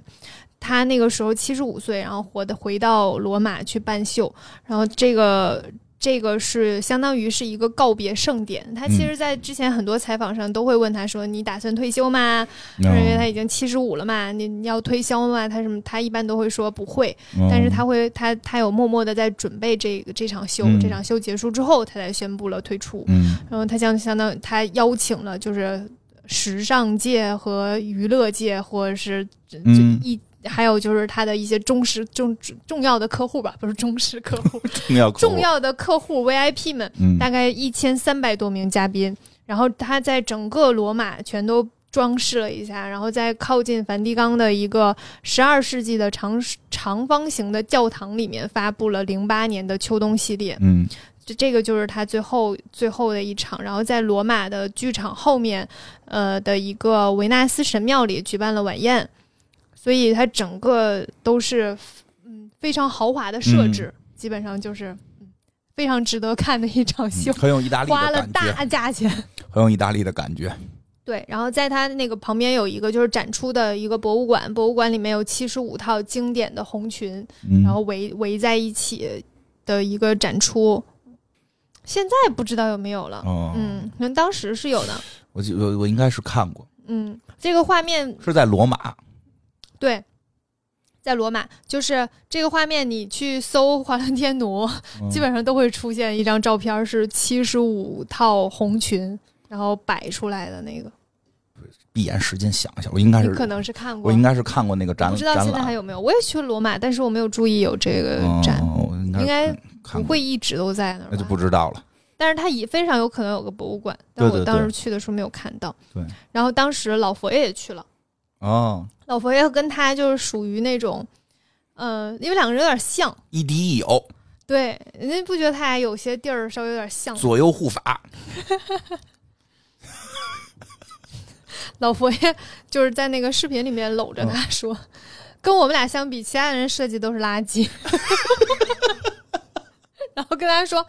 A: 他那个时候七十五岁，然后活的回到罗马去办秀，然后这个这个是相当于是一个告别盛典。他
B: 嗯
A: 其实，在之前很多采访上都会问他说：“你打算退休吗？”
B: 哦
A: 因为他已经七十五了嘛，你你要退休吗？他什么？他一般都会说不会，
B: 嗯哦
A: 但是他会他他有默默的在准备这个这场秀，
B: 嗯
A: 这场秀结束之后，他才宣布了退出。
B: 嗯
A: 然后他相相当他邀请了就是时尚界和娱乐界，或者是这这
B: 嗯
A: 一、还有就是他的一些忠实重重要的客户吧，不是忠实客户，
B: 重要
A: 重要的客户 VIP 们，
B: 嗯
A: 大概一千三百多名嘉宾，然后他在整个罗马全都。装饰了一下，然后在靠近梵蒂冈的一个十二世纪的长长方形的教堂里面发布了零八年的秋冬系列。
B: 嗯
A: 这这个就是他最后最后的一场，然后在罗马的剧场后面，呃的一个维纳斯神庙里举办了晚宴，所以它整个都是嗯非常豪华的
B: 嗯
A: 设置，基本上就是嗯非常值得看的一场秀，
B: 很有意大利
A: 花
B: 嗯的
A: 了
B: 感觉，
A: 大价钱。
B: 很有意大利的感觉。
A: 对，然后在它那个旁边有一个就是展出的一个博物馆，博物馆里面有七十五套经典的红裙，
B: 嗯
A: 然后围围在一起的一个展出。现在不知道有没有了，
B: 哦，
A: 嗯，那当时是有的，
B: 我记我我应该是看过，
A: 嗯，这个画面
B: 是在罗马。
A: 对，在罗马，就是这个画面，你去搜华伦天奴，
B: 嗯
A: 基本上都会出现一张照片，是七十五套红裙，然后摆出来的那个，
B: 闭眼使劲想一下，我应该
A: 你
B: 是
A: 可能是看过
B: 我，应该是看过那个展
A: 不知道
B: 展
A: 现在
B: 览
A: 还有没有。我也去了罗马，但是我没有注意有这个展，
B: 哦，我应该
A: 应该
B: 看
A: 不
B: 过，
A: 会一直都在那儿
B: 那就
A: 吧
B: 不。知道了。
A: 但是它也非常有可能有个博物馆，但
B: 对对
A: 我当时
B: 对
A: 去的时候没有看到。
B: 对
A: 然后当时老佛爷也去了。
B: 哦，
A: 老佛爷跟他就是属于那种，呃，因为两个人有点像，
B: 亦敌亦友，
A: 哦对，人家不觉得他俩有些地儿稍微有点像吗？
B: 左右护法。
A: 老佛爷就是在那个视频里面搂着他说，
B: 嗯
A: 跟我们俩相比，其他人设计都是垃 圾。然后跟他说，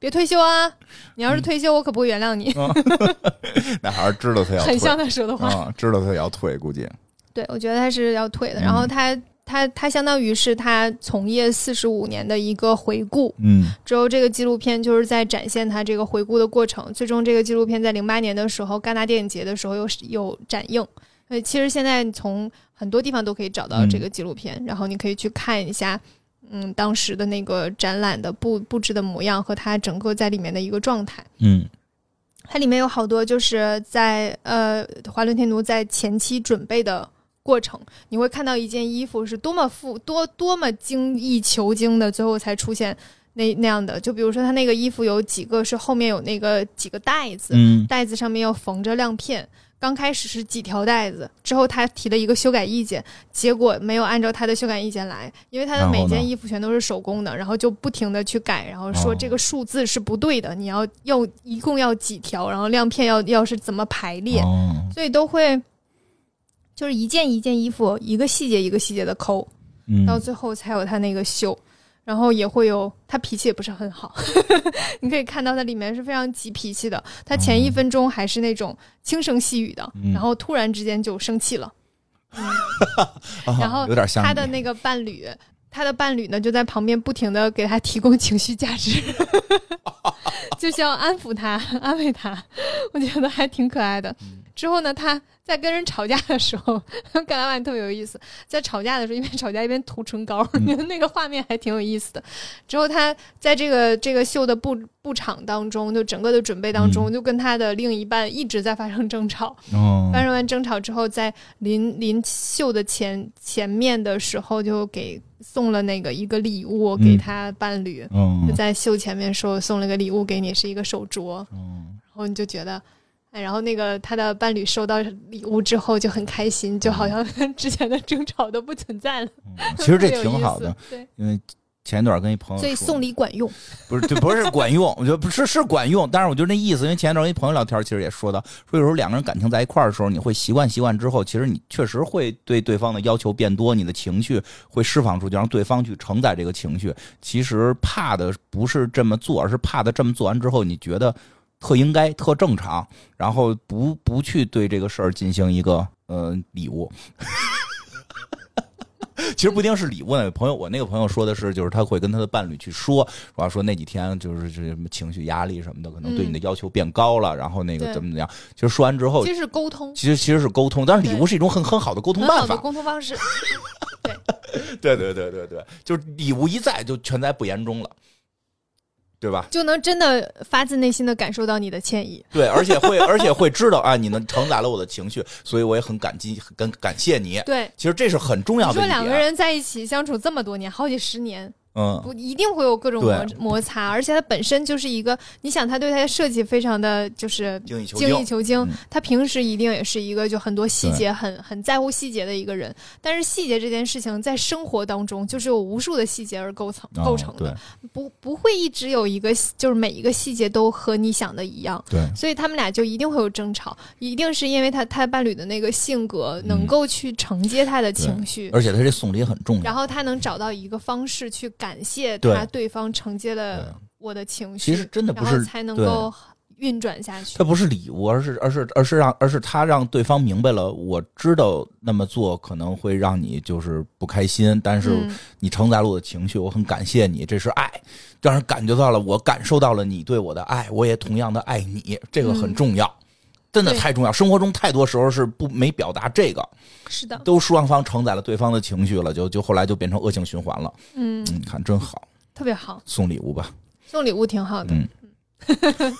A: 别退休啊，你
B: 嗯
A: 要是退休，我可不会原谅你。
B: 那还是知道他要退，
A: 很像他说的话。
B: 啊、知道他要退，估计
A: 对，我觉得他是要退的。然后他、他他相当于是他从业四十五年的一个回顾。
B: 嗯
A: 之后这个纪录片就是在展现他这个回顾的过程。最终这个纪录片在零八年的时候，戛纳电影节的时候有有展映。所以其实现在从很多地方都可以找到这个纪录片，然后你可以去看一下。嗯，当时的那个展览的布布置的模样和他整个在里面的一个状态，
B: 嗯
A: 它里面有好多就是在呃华伦天奴在前期准备的过程，你会看到一件衣服是多么富多多么精益求精的，最后才出现那那样的。就比如说他那个衣服有几个是后面有那个几个带子，
B: 嗯
A: 袋子上面要缝着亮片。刚开始是几条带子，之后他提了一个修改意见，结果没有按照他的修改意见来，因为他的
B: 然后
A: 每件
B: 呢
A: 衣服全都是手工的，然后就不停的去改，然后
B: 哦
A: 说这个数字是不对的，你要要一共要几条，然后亮片要要是怎么排列，
B: 哦
A: 所以都会就是一件一件衣服，一个细节一个细节的抠，
B: 嗯
A: 到最后才有他那个秀，然后也会有他脾气也不是很好， 你可以看到他里面是非常急脾气的，他前一分钟还是那种轻声细语的，
B: 哦嗯
A: 然后突然之间就生气了，
B: 啊
A: 然后
B: 有点像
A: 他的
B: 你
A: 那个伴侣。他的伴侣呢，就在旁边不停的给他提供情绪价值， 就是要安抚他、安慰他，我觉得还挺可爱的。
B: 嗯
A: 之后呢，他在跟人吵架的时候， 盖拉万特别有意思，在吵架的时候一边吵架一边涂唇膏，
B: 嗯
A: 那个画面还挺有意思的。之后他在这个这个秀的布布场当中，就整个的准备当
B: 嗯
A: 中，就跟他的另一半一直在发生争吵，
B: 哦
A: 发生完争吵之后，在临临秀的前前面的时候，就给送了那个一个礼物给他伴侣，就
B: 嗯
A: 在秀前面说送了个礼物给你，是一个手镯，
B: 嗯
A: 然后你就觉得。哎，然后那个他的伴侣收到礼物之后就很开心，就好像 之前的争吵都不存在了。
B: 嗯其
A: 特
B: 实 这
A: 别有
B: 挺
A: 意
B: 好
A: 思
B: 的，，嗯
A: 对，
B: 因为前一段跟一朋友
A: 所以
B: 说
A: 送礼管用。
B: 不是，这不是管用， 我觉得不是是管用，但是我觉得那意思，因为前一段跟一朋友聊天，其实也说到，说有时候两个人感情在一块儿的时候，你会习惯习惯之后，其实你确实会对对方的要求变多，你的情绪会释放出去，让对方去承载这个情绪。其实怕的不是这么做，而是怕的这么做完之后，你觉得特应该、特正常，然后不不去对这个事儿进行一个呃礼物。 其实不一定是礼物呢，有朋友我那个朋友说的是，就是他会跟他的伴侣去说，然后说那几天就是这什么情绪压力什么的，可能对你的要求变高了，然后那个
A: 对
B: 怎么怎么样。其实说完之后
A: 其，实是沟通，
B: 其实其实是沟通，但是礼物是一种很很好的沟通
A: 很
B: 办
A: 好的
B: 法。
A: 沟通方式。
B: 对对对对对，就是礼物一在就全在不言中了，对 吧？
A: 就能真的发自内心的感受到你的歉意。
B: 对，而且会而且会知道啊，你能承载了我的情绪，所以我也很感激，很感谢你。
A: 对，
B: 其实这是很重要
A: 你
B: 的
A: 说
B: 一点。啊
A: 两个人在一起相处这么多年，好几十年，
B: 嗯，
A: 不一定会有各种摩
B: 对
A: 摩擦，而且它本身就是一个，你想他对他的设计非常的就是
B: 精益求
A: 精益
B: 精，
A: 求精
B: 嗯，
A: 他平时一定也是一个就很多细节很很在乎细节的一个人，但是细节这件事情在生活当中就是有无数的细节而构成
B: 哦
A: 构成的，不不会一直有一个就是每一个细节都和你想的一样。
B: 对对，
A: 所以他们俩就一定会有争吵，一定是因为他他伴侣的那个性格
B: 嗯
A: 能够去承接他的情绪，
B: 而且他这送礼很重要
A: 然。后他能找到一个方式去感谢
B: 对
A: 他对方承接
B: 对
A: 了我的情绪，
B: 其实真的不
A: 然后
B: 是
A: 才能
B: 对
A: 够运转下去
B: 它。不是礼物，而是而是而是让而是他让对方明白了，我知道那么做可能会让你就是不开心，但是
A: 嗯
B: 你承载了我的情绪，我很感谢你，这是爱，让人感觉到了我感受到了你对我的爱，我也同样的爱你，这个很
A: 嗯
B: 重要。真的
A: 对
B: 太重要，生活中太多时候是不没表达这个，
A: 是的，
B: 都双方承载了对方的情绪了，就就后来就变成恶性循环了。
A: 嗯，
B: 嗯，看真好，
A: 特别好，
B: 送礼物吧。
A: 送礼物挺好的，
B: 嗯
A: 嗯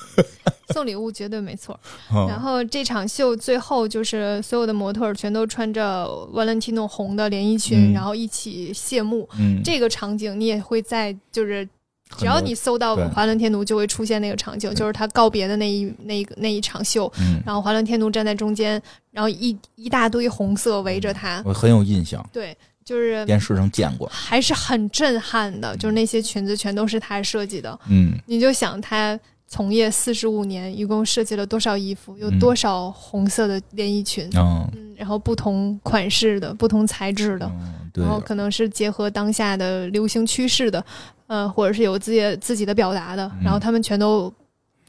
A: 送礼物绝对没错。
B: 嗯
A: 然后这场秀最后就是所有的模特儿全都穿着 Valentino 红的连衣裙，
B: 嗯
A: 然后一起谢幕。
B: 嗯，
A: 这个场景你也会在就是
B: 很
A: 只要
B: 多
A: 你搜到
B: 对
A: 华伦天奴，就会出现那个场景，就是他告别的那一那一那一场秀，
B: 嗯，
A: 然后华伦天奴站在中间，然后一一大堆红色围着他，
B: 我很有印象，
A: 对，就是
B: 电视上见过。
A: 还是很震撼的，就是那些裙子全都是他设计的，
B: 嗯
A: 你就想他从业四十五年，一共设计了多少衣服，有多少红色的连衣裙，
B: 嗯，
A: 嗯，然后不同款式的、不同材质的，
B: 嗯对
A: 然，后可能是结合当下的流行趋势的，呃，或者是有自己的自己的表达的，
B: 嗯
A: 然后他们全都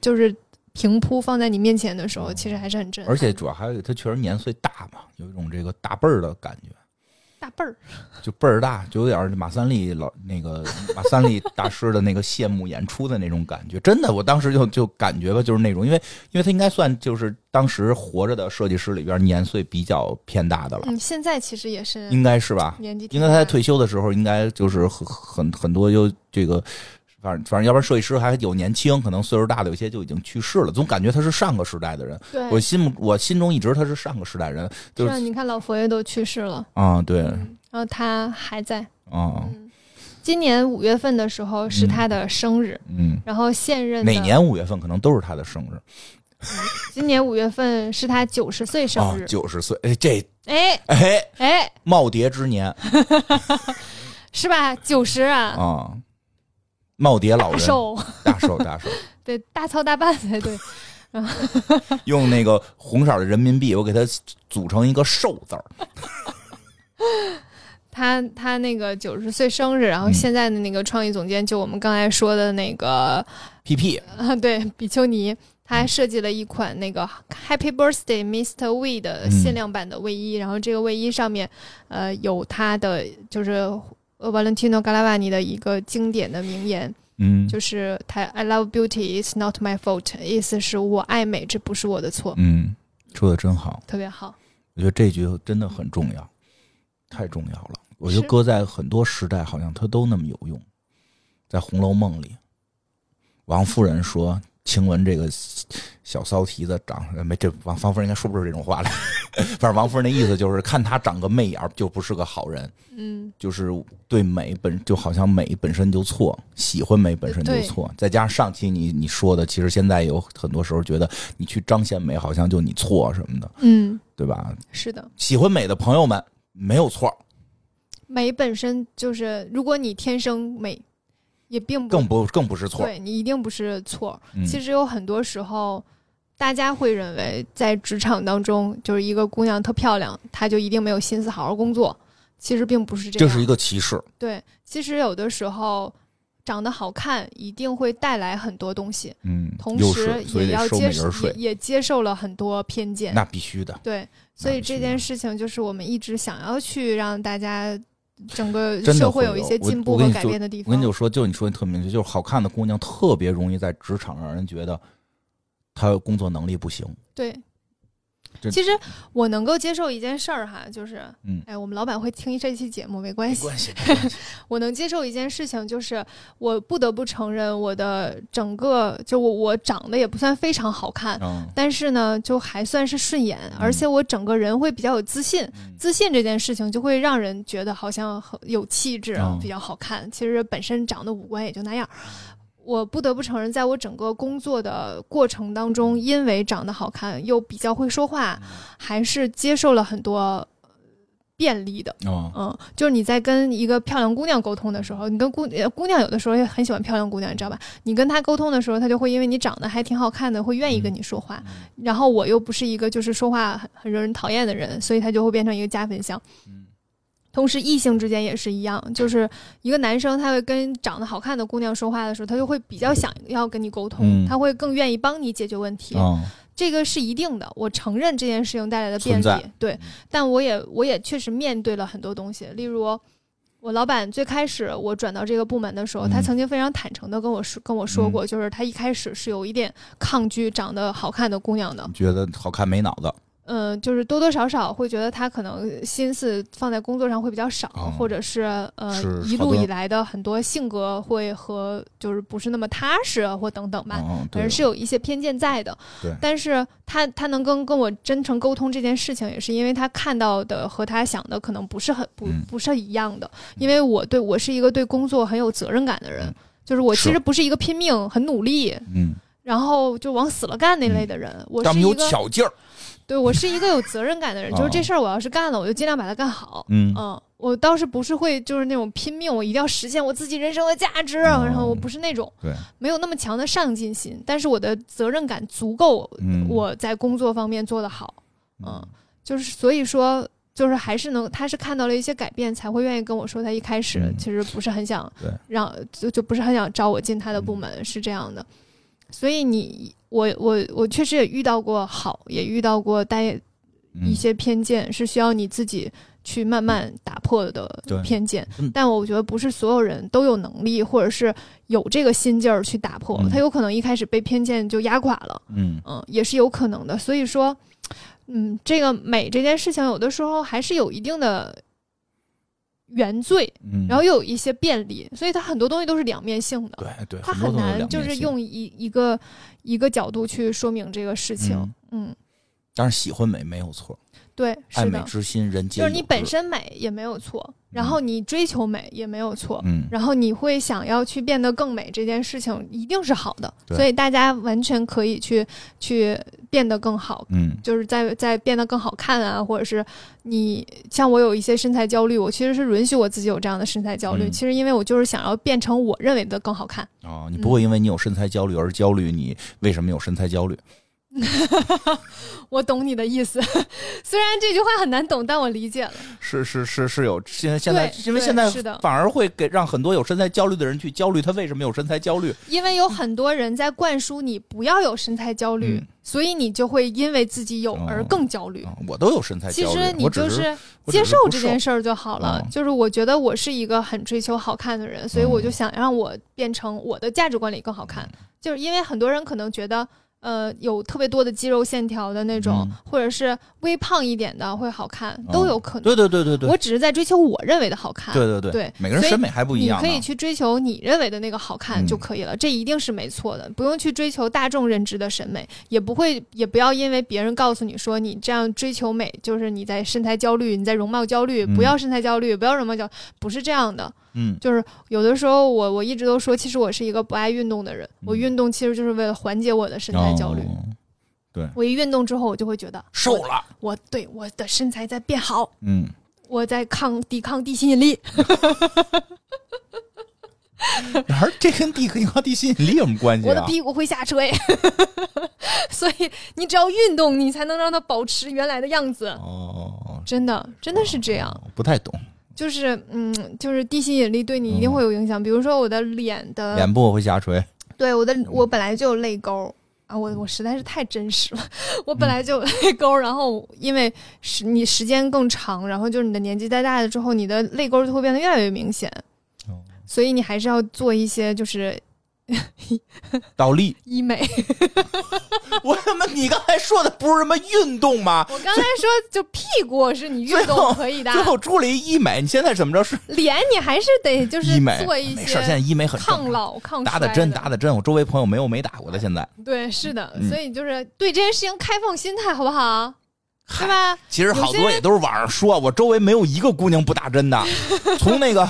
A: 就是平铺放在你面前的时候，其实还是很震撼。
B: 而且主要还有一个，他确实年岁大嘛，有一种这个大辈儿的感觉，
A: 大辈儿，
B: 就倍儿大，就有点儿马三立老那个马三立大师的那个谢幕演出的那种感觉。真的，我当时就就感觉吧，就是那种，因为因为他应该算就是当时活着的设计师里边年岁比较偏大的了，
A: 嗯，现在其实也是
B: 应该是吧？
A: 年纪挺
B: 应
A: 大
B: 该
A: 的，
B: 他在退休的时候，应该就是很很很多就这个，反正反正，要不然设计师还有年轻，可能岁数大的有些就已经去世了，总感觉他是上个时代的人。
A: 对，
B: 我心目我心中一直他是上个时代人，就是
A: 啊，你看老佛爷都去世了，
B: 啊，对，
A: 嗯，然后他还在。嗯
B: 啊，
A: 今年五月份的时候是他的生日，
B: 嗯，
A: 然后现任的
B: 每年五月份可能都是他的生日，
A: 今年五月份是他九十岁
B: 啊
A: 生日，，
B: 九十岁，哎，这
A: 哎
B: 哎
A: 哎，
B: 耄耋之 年
A: 是吧？九十啊，
B: 啊，耄耋老
A: 大
B: 人，
A: 寿，
B: 大寿大寿，
A: 对，大操大办才 对。
B: 用那个红色的人民币，我给他组成一个寿字儿，
A: 他他那个九十岁生日，然后
B: 嗯
A: 现在的那个创意总监，就我们刚才说的那个，
B: 屁屁，
A: 啊， 对，比丘尼，他
B: 嗯
A: 还设计了一款那个 Happy Birthday Mr. We 的
B: 嗯
A: 限量版的卫衣，然后这个卫衣上面，呃，有他的就是呃 Valentino Galavani 的一个经典的名言，
B: 嗯，
A: 就是他 I love beauty, it's not my fault，意思是我爱美，这不是我的错，
B: 嗯，说的真好，
A: 特别好。
B: 我觉得这句真的很重要，太重要了。我觉得
A: 是
B: 搁在很多时代，好像它都那么有用。在《红楼梦》里，王夫人说：“晴雯这个小骚蹄子长呃没这王王夫人应该说不出这种话来， 反正王夫人的意思就是看她长个媚眼儿就不是个好人，
A: 嗯，
B: 就是对美本就好像美本身就错，喜欢美本身就错。再加上上期你你说的，其实现在有很多时候觉得你去彰显美，好像就你错什么的，
A: 嗯，
B: 对吧？
A: 是的，
B: 喜欢美的朋友们没有错，
A: 美本身就是，如果你天生美，也并不
B: 更不更不是错。
A: 对你一定不是错，
B: 嗯
A: 其实有很多时候，大家会认为在职场当中，就是一个姑娘特漂亮，她就一定没有心思好好工作。其实并不是这
B: 这
A: 样，
B: 是一个歧视。
A: 对。其实有的时候，长得好看一定会带来很多东西，
B: 嗯，
A: 同
B: 又
A: 时
B: 是所以
A: 也要
B: 得收
A: 接
B: 美
A: 受
B: 人税
A: 也，也接受了很多偏见。
B: 那必须的。
A: 对，所以
B: 必须
A: 这
B: 的
A: 件事情就是我们一直想要去让大家整个
B: 真的
A: 社
B: 会
A: 会有一
B: 有
A: 些
B: 我
A: 进
B: 我
A: 步
B: 跟
A: 和
B: 你
A: 改
B: 说
A: 变的地
B: 我跟
A: 方
B: 你。就说，就你说的特别明确，就是好看的姑娘特别容易在职场让人觉得她工作能力不行。
A: 对
B: 这，
A: 其实我能够接受一件事儿哈，就是，
B: 嗯
A: 哎，我们老板会听这期节目，没关
B: 没
A: 系。
B: 关系，没关系
A: 我能接受一件事情，就是我不得不承认，我的整个就我我长得也不算非常好看，
B: 嗯，
A: 但是呢，就还算是顺眼，而且我整个人会比较有自信。
B: 嗯
A: 自信这件事情就会让人觉得好像很有气质啊，
B: 嗯
A: 比较好看。其实本身长得五官也就那样。我不得不承认，在我整个工作的过程当中，因为长得好看又比较会说话，还是接受了很多呃便利的。
B: 哦，
A: 嗯，就是你在跟一个漂亮姑娘沟通的时候，你跟姑呃姑娘有的时候也很喜欢漂亮姑娘，你知道吧？你跟她沟通的时候，她就会因为你长得还挺好看的，会愿
B: 嗯
A: 意跟你说话。然后我又不是一个就是说话很很惹人讨厌的人，所以她就会变成一个加分项。
B: 嗯
A: 同时，异性之间也是一样，就是一个男生他会跟长得好看的姑娘说话的时候，他就会比较想要跟你沟通，
B: 嗯
A: 他会更愿意帮你解决问题。
B: 哦，
A: 这个是一定的，我承认这件事情带来的便
B: 存
A: 利，对
B: 嗯，
A: 但我也我也确实面对了很多东西，例如。我老板最开始我转到这个部门的时候，
B: 嗯
A: 他曾经非常坦诚的跟我说跟我说过，就是他一开始是有一点抗拒长得好看的姑娘的，
B: 觉得好看没脑子，
A: 嗯、就是多多少少会觉得她可能心思放在工作上会比较少，
B: 哦
A: 或者是呃
B: 是
A: 一
B: 好
A: 路
B: 多
A: 以来的很多性格会和就是不是那么踏实啊或等等吧，
B: 嗯，
A: 反
B: 对
A: 正，是有一些偏见在的。
B: 对
A: 但是他他能跟跟我真诚沟通这件事情，也是因为他看到的和他想的可能不是很不
B: 嗯
A: 不是一样的。因为我对我是一个对工作很有责任感的人
B: 嗯，
A: 就是我其
B: 是
A: 实不是一个拼命很努力，
B: 嗯，
A: 然后就往死了干那类的人。我
B: 咱
A: 是
B: 们
A: 一
B: 嗯有
A: 个
B: 巧劲儿，
A: 对我是一个有责任感的人，就是
B: 哦
A: 这事儿我要是干了，我就尽量把它干好。
B: 嗯
A: 嗯，我倒是不是会就是那种拼命，我一定要实现我自己人生的价值，
B: 哦
A: 然后我不是那种
B: 对，
A: 没有那么强的上进心，但是我的责任感足够，
B: 嗯，
A: 我在工作方面做得好，
B: 嗯
A: 嗯，就是所以说。就是还是能，他是看到了一些改变，才会愿意跟我说。他一开始
B: 嗯
A: 其实不是很想
B: 对嗯
A: 让，就就不是很想招我进他的部门，是这样的。所以你，我我我确实也遇到过好，也遇到过带
B: 嗯
A: 一些偏见是需要你自己去慢慢打破的
B: 对
A: 偏见
B: 嗯，
A: 但我觉得不是所有人都有能力，或者是有这个心劲儿去打破
B: 嗯。
A: 他有可能一开始被偏见就压垮了，
B: 嗯
A: 嗯，也是有可能的。所以说，嗯，这个美这件事情，有的时候还是有一定的原罪，
B: 嗯，
A: 然后又有一些便利，所以它很多东西都是两面性的，
B: 对对，
A: 它
B: 多
A: 很
B: 都有
A: 难
B: 两
A: 就
B: 面
A: 是
B: 性
A: 用一一个一个角度去说明这个事情。
B: 嗯
A: 嗯，
B: 但是喜欢美没有错，
A: 对，
B: 爱
A: 是
B: 美
A: 的。
B: 之心人皆
A: 就是你
B: 有
A: 本
B: 之，
A: 身美也没有错，然后你追求美也没有错，
B: 嗯，
A: 然后你会想要去变得更美，这件事情一定是好的。
B: 对
A: 所以大家完全可以去去变得更好，
B: 嗯
A: 就是在在变得更好看啊，或者是你像我有一些身材焦虑，我其实是允许我自己有这样的身材焦虑，
B: 嗯
A: 其实因为我就是想要变成我认为的更好看。
B: 哦，你
A: 嗯
B: 不会因为你有身材焦虑而焦虑，你为什么有身材焦虑？
A: 我懂你的意思， 虽然这句话很难懂，但我理解了。
B: 是是是是有，现在现在
A: 对
B: 因为
A: 对
B: 现在
A: 是的
B: 反而会给让很多有身材焦虑的人去焦虑他为什么有身材焦虑，
A: 因为有很多人在灌输你不要有身材焦虑，
B: 嗯
A: 所以你就会因为自己有而更焦虑。
B: 啊我都有身材
A: 其
B: 焦虑，
A: 实你
B: 我只
A: 就是是
B: 我只
A: 接
B: 是
A: 受
B: 不
A: 这
B: 瘦
A: 件事儿就好了
B: 哦。
A: 就是我觉得我是一个很追求好看的人，所以我就想让我变成我的价值观里更好
B: 嗯
A: 看。就是因为很多人可能觉得，呃，有特别多的肌肉线条的那种，
B: 嗯
A: 或者是微胖一点的会好看，
B: 哦
A: 都有可能。
B: 对对对对对
A: 我只是在追求我认为的好看。
B: 对对对
A: 对
B: 每个人
A: 所以
B: 审美还不一
A: 你
B: 样啊嗯
A: 可
B: 呢，
A: 以去追求你认为的那个好看就可以了，这一定是没错的，不用去追求大众认知的审美，也不会，也不要因为别人告诉你说你这样追求美就是你在身材焦虑，你在容貌焦虑，
B: 嗯
A: 不要身材焦虑，不要容貌焦，不是这样的。
B: 嗯
A: 就是有的时候我我一直都说，其实我是一个不爱运动的人，我运动其实就是为了缓解我的身材焦虑。
B: 嗯哦
A: 我一运动之后，我就会觉得
B: 瘦，了，
A: 我我对我的身材在变好，
B: 嗯，
A: 我在抗抵抗地心引力。
B: 然而这跟地跟高地吸引 力有什么关系
A: 我的
B: 啊？
A: 屁股会下垂， 所以你只要运动，你才能让它保持原来的样子。
B: 哦，
A: 真的，真的是这样，
B: 不太懂，
A: 就是嗯，就是地心引力对你一定会有影响。比如说我的脸的，
B: 嗯脸嗯部会下垂，
A: 对我的，我本来就有泪沟啊，
B: 嗯
A: 我我实在是太真实了， 我本来就有泪沟，然后因为时你时间更长，然后就是你的年纪再大了之后，你的泪沟就会变得越来越明显，
B: 哦
A: 所以你还是要做一些就是
B: 倒立。
A: 医美。
B: 我他妈，你刚才说的不是什么运动吗？
A: 我刚才说就屁股是你运动可以的，啊
B: 最后出了一医美，你现在怎么着是
A: 脸你还是得就是
B: 医美？
A: 做一
B: 没事儿，现在
A: 些
B: 医美很正
A: 抗
B: 常
A: 老抗
B: 打
A: 衰
B: 打针，打打针。我周围朋友没有没打过的，现在
A: 对，是的，
B: 嗯
A: 所以就是对这件事情开放心态，好不好？对吧？
B: 其实好多也都是网上说，我周围没有一个姑娘不打 针的。从那个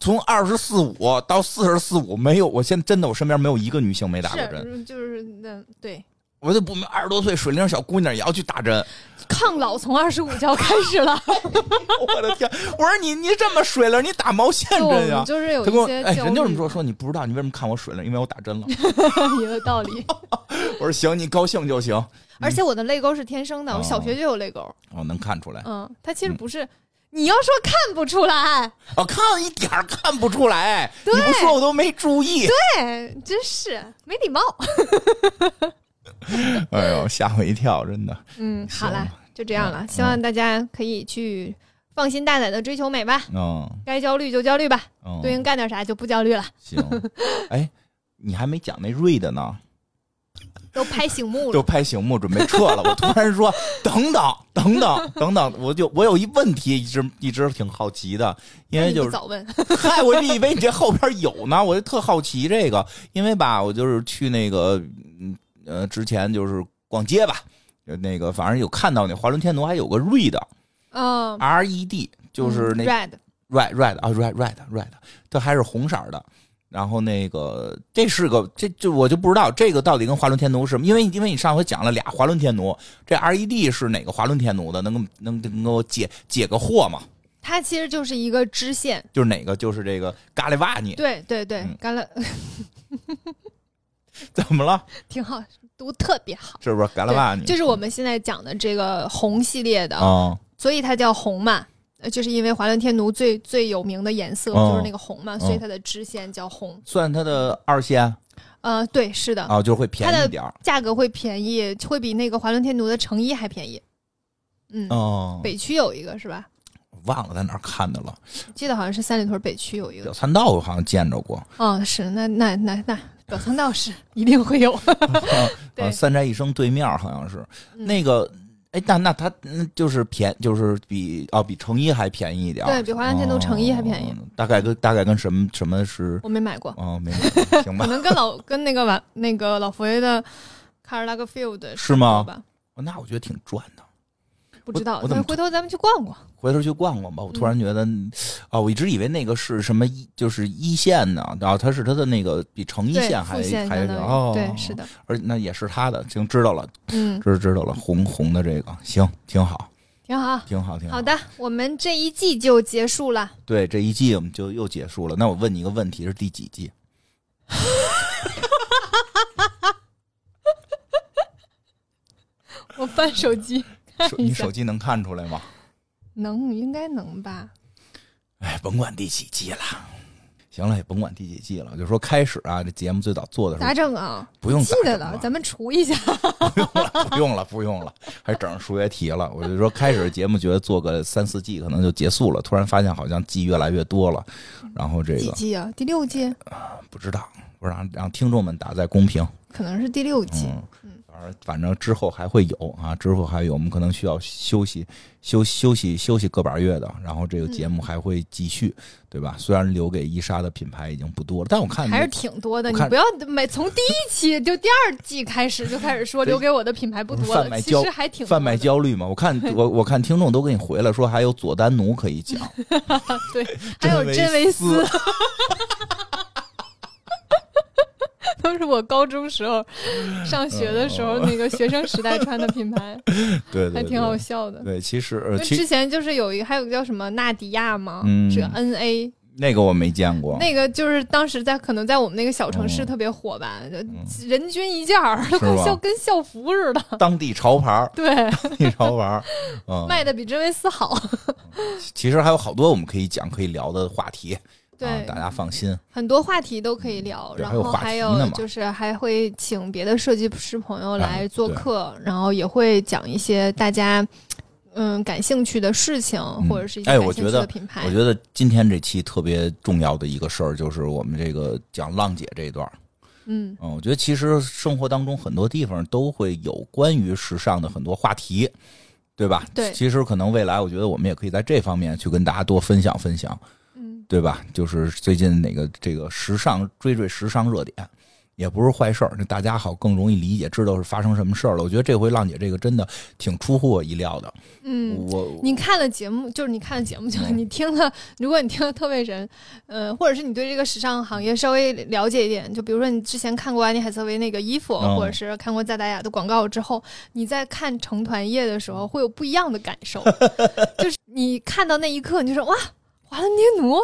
B: 从二十四五到四十四五，没有，我现在真的我身边没有一个女性没打过针。
A: 是，就是那 对
B: 我就不明白，二十多岁水灵小姑娘也要去打针。
A: 抗老从二十五就要开始了。
B: 我的天！我说你你这么水灵，你打毛线
A: 就 我
B: 针呀
A: 们？就是有
B: 他跟我
A: 一些
B: 哎，
A: 焦
B: 人就这
A: 虑
B: 么，说，说你不知道，你为什么看我水灵？因为我打针了。
A: 也 有道 理。
B: 嗯我说行，你高兴就行。
A: 而且我的泪沟是天生的，我小
B: 哦
A: 学就有泪沟。
B: 我能看出来，
A: 嗯，它其实不是，你要说看不出来，
B: 我、哦看一点儿看不出来。你
A: 对
B: 不说我都没注意。
A: 哎，真是没礼貌。
B: 哎呦，吓我一跳，真的。
A: 嗯，好了
B: 行，嗯
A: 就这样了。希望大家可以去放心大胆的追求美吧，
B: 嗯
A: 该焦虑就焦虑吧，
B: 嗯，
A: 对应干点啥就不焦 虑了，
B: 行。哎，你还没讲那瑞的呢，
A: 都拍醒目了
B: 就。拍醒目准备撤了。我突然说，等等等等等等，我就我有一问题，一直一直挺好奇的，因
A: 那
B: 为
A: 你
B: 就
A: 不
B: 是
A: 早 问，
B: 嗨，我就以为你这后边有呢，我就特好奇这个，因为吧，我就是去那个，嗯呃，之前就是逛街吧，呃那个反正有看到那华伦天奴还有个 Red
A: 嗯，
B: R E D，就是那
A: 嗯 red，
B: red red 啊 red red red，它还是红色儿的。然后那个这是个这这我就不知道这个到底跟华伦天奴是什么，因为因为你上回讲了俩华伦天奴，这 R E D 是哪个华伦天奴的？能给我能能给我解解个惑吗？
A: 它其实就是一个支线。
B: 就是哪个？就是这个咖喱瓦尼，
A: 对对对
B: 嗯，
A: 嘎啦
B: 怎么了？
A: 挺好，读特别好。
B: 是不是咖喱瓦尼？
A: 对就是我们现在讲的这个红系列的，
B: 嗯啊，
A: 所以它叫红嘛。呃，就是因为华伦天奴最最有名的颜色
B: 哦
A: 就是那个红嘛，所以它的支线叫红。
B: 算它的二线
A: 呃，对，是的，
B: 啊，就会便
A: 它
B: 宜
A: 的
B: 一点儿。
A: 价格会便宜，会比那个华伦天奴的成衣还便宜。嗯，
B: 哦，
A: 北区有一个是吧？
B: 忘了在哪儿看的了，
A: 记得好像是三里屯北区有一
B: 表
A: 个。
B: 参道我好像见 着过。
A: 哦，是，那那那那表参道是 一定会有。对
B: 啊，三宅一生对面儿好像是、
A: 嗯
B: 那个。哎，那那它嗯就是便，就是比哦比成衣还便宜一点儿，
A: 对比华南天都成衣还便宜
B: 哦大概跟大概跟什么什么是
A: 我没买过，
B: 哦，明白，行 吧
A: 可，能跟 老跟那个瓦那个老佛爷的卡尔拉格 field
B: 是吗
A: 吧？
B: 哦那我觉得挺赚的。
A: 不知道，
B: 我
A: 那
B: 怎么
A: 回头咱们去逛逛。
B: 回头去逛逛吧，我突
A: 嗯
B: 然觉得，哦，我一直以为那个是什么一，就是一线呢，然后它是它的那个比成一
A: 对，
B: 线
A: 副
B: 还
A: 线
B: 还
A: 相当
B: 哦
A: 于，对，是，的，
B: 而那也是它的，行，知道了，
A: 嗯，
B: 知知道了，红红的这个，行，挺好，
A: 挺好。啊
B: 挺好，挺好。
A: 好的，我们这一季就结束了。
B: 对，这一季我们就又结束了。那我问你一个问题，是第几 季？
A: 我翻手机看
B: 手
A: 一
B: 你
A: 下
B: 手，机能看出来吗？
A: 能应该能吧？
B: 哎，甭管第几季了，行了，也甭管第几季了，就说开始啊，这节目最早做的时候
A: 咋整啊？
B: 不用
A: 记
B: 咋
A: 得
B: 整
A: 了，
B: 了
A: 咱们除一下。
B: 不用了，不用了，不用了，还整上数学题了。我就说开始节目觉得做个三四季可能就结束了，突然发现好像季越来越多了，然后这
A: 几
B: 个
A: 季啊？第六季，
B: 不知道，我让让听众们打在公屏。
A: 可能是第六季。
B: 嗯，反正反正之后还会有啊，之后还有，我们可能需要休息休休息休息个把月的，然后这个节目还会继续，对吧？虽然留给伊莎的品牌已经不多了，但我看
A: 还是挺多的，
B: 我
A: 你
B: 看
A: 不要每从第一期就第二季开始就开始说
B: 对
A: 留给我的品牌不多
B: 贩
A: 了，
B: 卖
A: 其
B: 焦
A: 实还挺多的
B: 贩卖焦虑嘛。我看我我看听众都给你回了，说还有佐丹奴可以讲。
A: 对，还有真维斯， 都是我高中时候上学的时候那个学生时代穿的品牌，
B: 嗯 对对
A: 还
B: 对，
A: 挺好笑的。
B: 对，其实呃，
A: 就
B: 其
A: 之前就是有一个，还有个叫什么纳迪亚嘛，
B: 嗯哦
A: 是 N A，
B: 那个我没见过，
A: 那个就是当时在可能在我们那个小城市
B: 嗯
A: 特别火吧，就人均一件儿， 都快
B: 吧
A: 校跟校服似的。
B: 当地潮牌儿，
A: 对，
B: 当地潮牌儿， 嗯，
A: 卖的比真维斯 好。
B: 其实还有好多我们可以讲、可以聊的话题，啊
A: 对，
B: 大家放心，
A: 很多话题都可以聊，
B: 对
A: 然
B: 还有
A: 后
B: 话
A: 还
B: 题
A: 有
B: 呢嘛
A: 就是还会请别的设计师朋友来做
B: 哎对
A: 客，然后也会讲一些大家嗯感兴趣的事情，或者是一些
B: 哎
A: 感
B: 我
A: 兴
B: 觉
A: 趣
B: 得
A: 的品牌。
B: 我觉得今天这期特别重要的一个事儿，就是我们这个讲浪姐这一段儿。
A: 嗯，
B: 嗯，我觉得其实生活当中很多地方都会有关于时尚的很多话题，对吧？
A: 对
B: 其实可能未来，我觉得我们也可以在这方面去跟大家多分享分享，
A: 嗯，
B: 对吧？就是最近哪个这个时尚追追时尚热点。也不是坏事儿，那大家好更容易理解，知道是发生什么事儿了。我觉得这回浪姐这个真的挺出乎我意料的。
A: 嗯，
B: 我
A: 你看了节目，就是你看了节目，就是
B: 嗯
A: 你听了， 如果你听了特别人，呃，或者是你对这个时尚行业稍微了解一点，就比如说你之前看过安妮海瑟薇那个衣服，
B: 嗯
A: 或者是看过赞达雅的广告之后，你在看成团夜的 时候会有不一样的感受，就是你看到那一刻，你就说哇，华伦天奴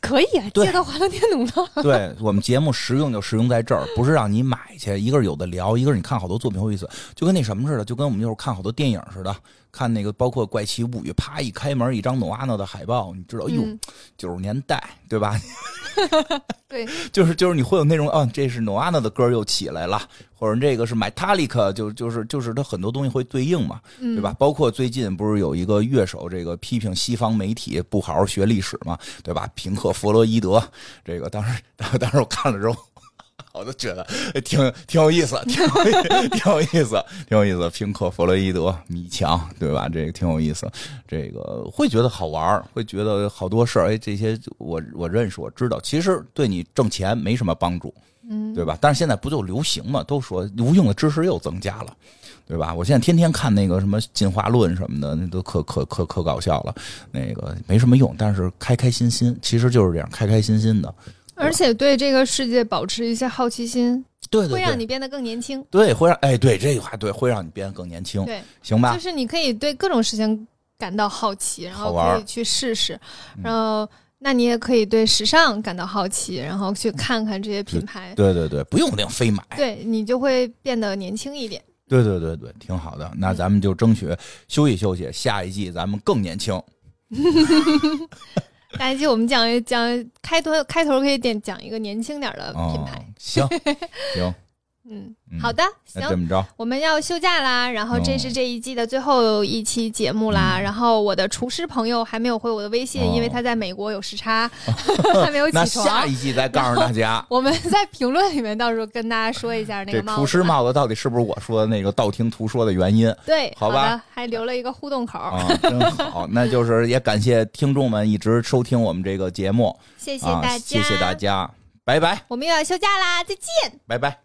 A: 可以啊，
B: 对
A: 借到华伦天奴了，
B: 对我们节目实用就实用在这儿，不是让你买去，一个是有的聊，一个是你看好多作品会有意思，就跟那什么似的，就跟我们一会儿看好多电影似的，看那个包括《怪奇物语》，啪一开门一张诺阿诺的海报，你知道，哎呦
A: 嗯，
B: 九十年代对吧？
A: 对，
B: 就是就是你会有那种，啊，这是 Noana 的歌又起来了，或者这个是 Metallica，就就是就是它很多东西会对应嘛，
A: 嗯
B: 对吧？包括最近不是有一个乐手这个批评西方媒体不好好学历史嘛，对吧？平克·弗洛伊德，这个当时当当时我看了之后。 我都觉得哎挺挺有意思，挺有意 挺有意思，挺有意思。平克·弗洛伊德、米强，对吧？这个挺有意思，这个会觉得好玩儿，会觉得好多事儿。哎，这些我我认识，我知道，其实对你挣钱没什么帮助，
A: 嗯，
B: 对吧？但是现在不就流行嘛，都说无用的知识又增加了，对吧？我现在天天看那个什么进化论什么的，那都可可可可搞笑了，那个没什么用，但是开开心心，其实就是这样，开开心心的。
A: 而且对这个世界保持一些好奇心，
B: 对对
A: 会让
B: 对，
A: 你变得更年轻。
B: 对会让哎对这句话对会让你变得更年轻，
A: 对，
B: 行吧
A: 就？是你可以对各种事情感到好奇，然
B: 好
A: 后
B: 玩
A: 可
B: 儿
A: 以去试试，然后那你也可以对时尚感到好奇，然后去看看这些品牌，
B: 对对对，不用那非买。
A: 对你就会变得年轻一点。
B: 对对对对，挺好的。那咱们就争取休息休息，下一季咱们更年轻。
A: 下一期我们讲一讲开头，开头可以点讲一个年轻点儿的品
B: 哦
A: 牌。，
B: 行行，
A: 嗯，
B: 嗯
A: 好的，行
B: 那，这么着，
A: 我们要休假啦，然后这是这一季的最后一期节目啦。然后我的厨师朋友还没有回我的微信，
B: 哦
A: 因为他在美国有时 差，还没有
B: 那
A: 起
B: 下
A: 床。。
B: 一季再告诉大家
A: 我们在评论里面到时候跟大家说一 下那
B: 这
A: 个帽子
B: 厨师
A: 吧
B: 帽子到底是不是我说的那个道听途说的原因
A: 对，
B: 好
A: 好
B: 吧
A: 的，还留了一个互动口，
B: 啊？ 真好，那就是也感谢听众们一直收听我们这个节目
A: 谢谢
B: 啊
A: 大家，，
B: 谢谢大，家，拜拜，
A: 我们又要休假啦，再见。
B: 拜拜。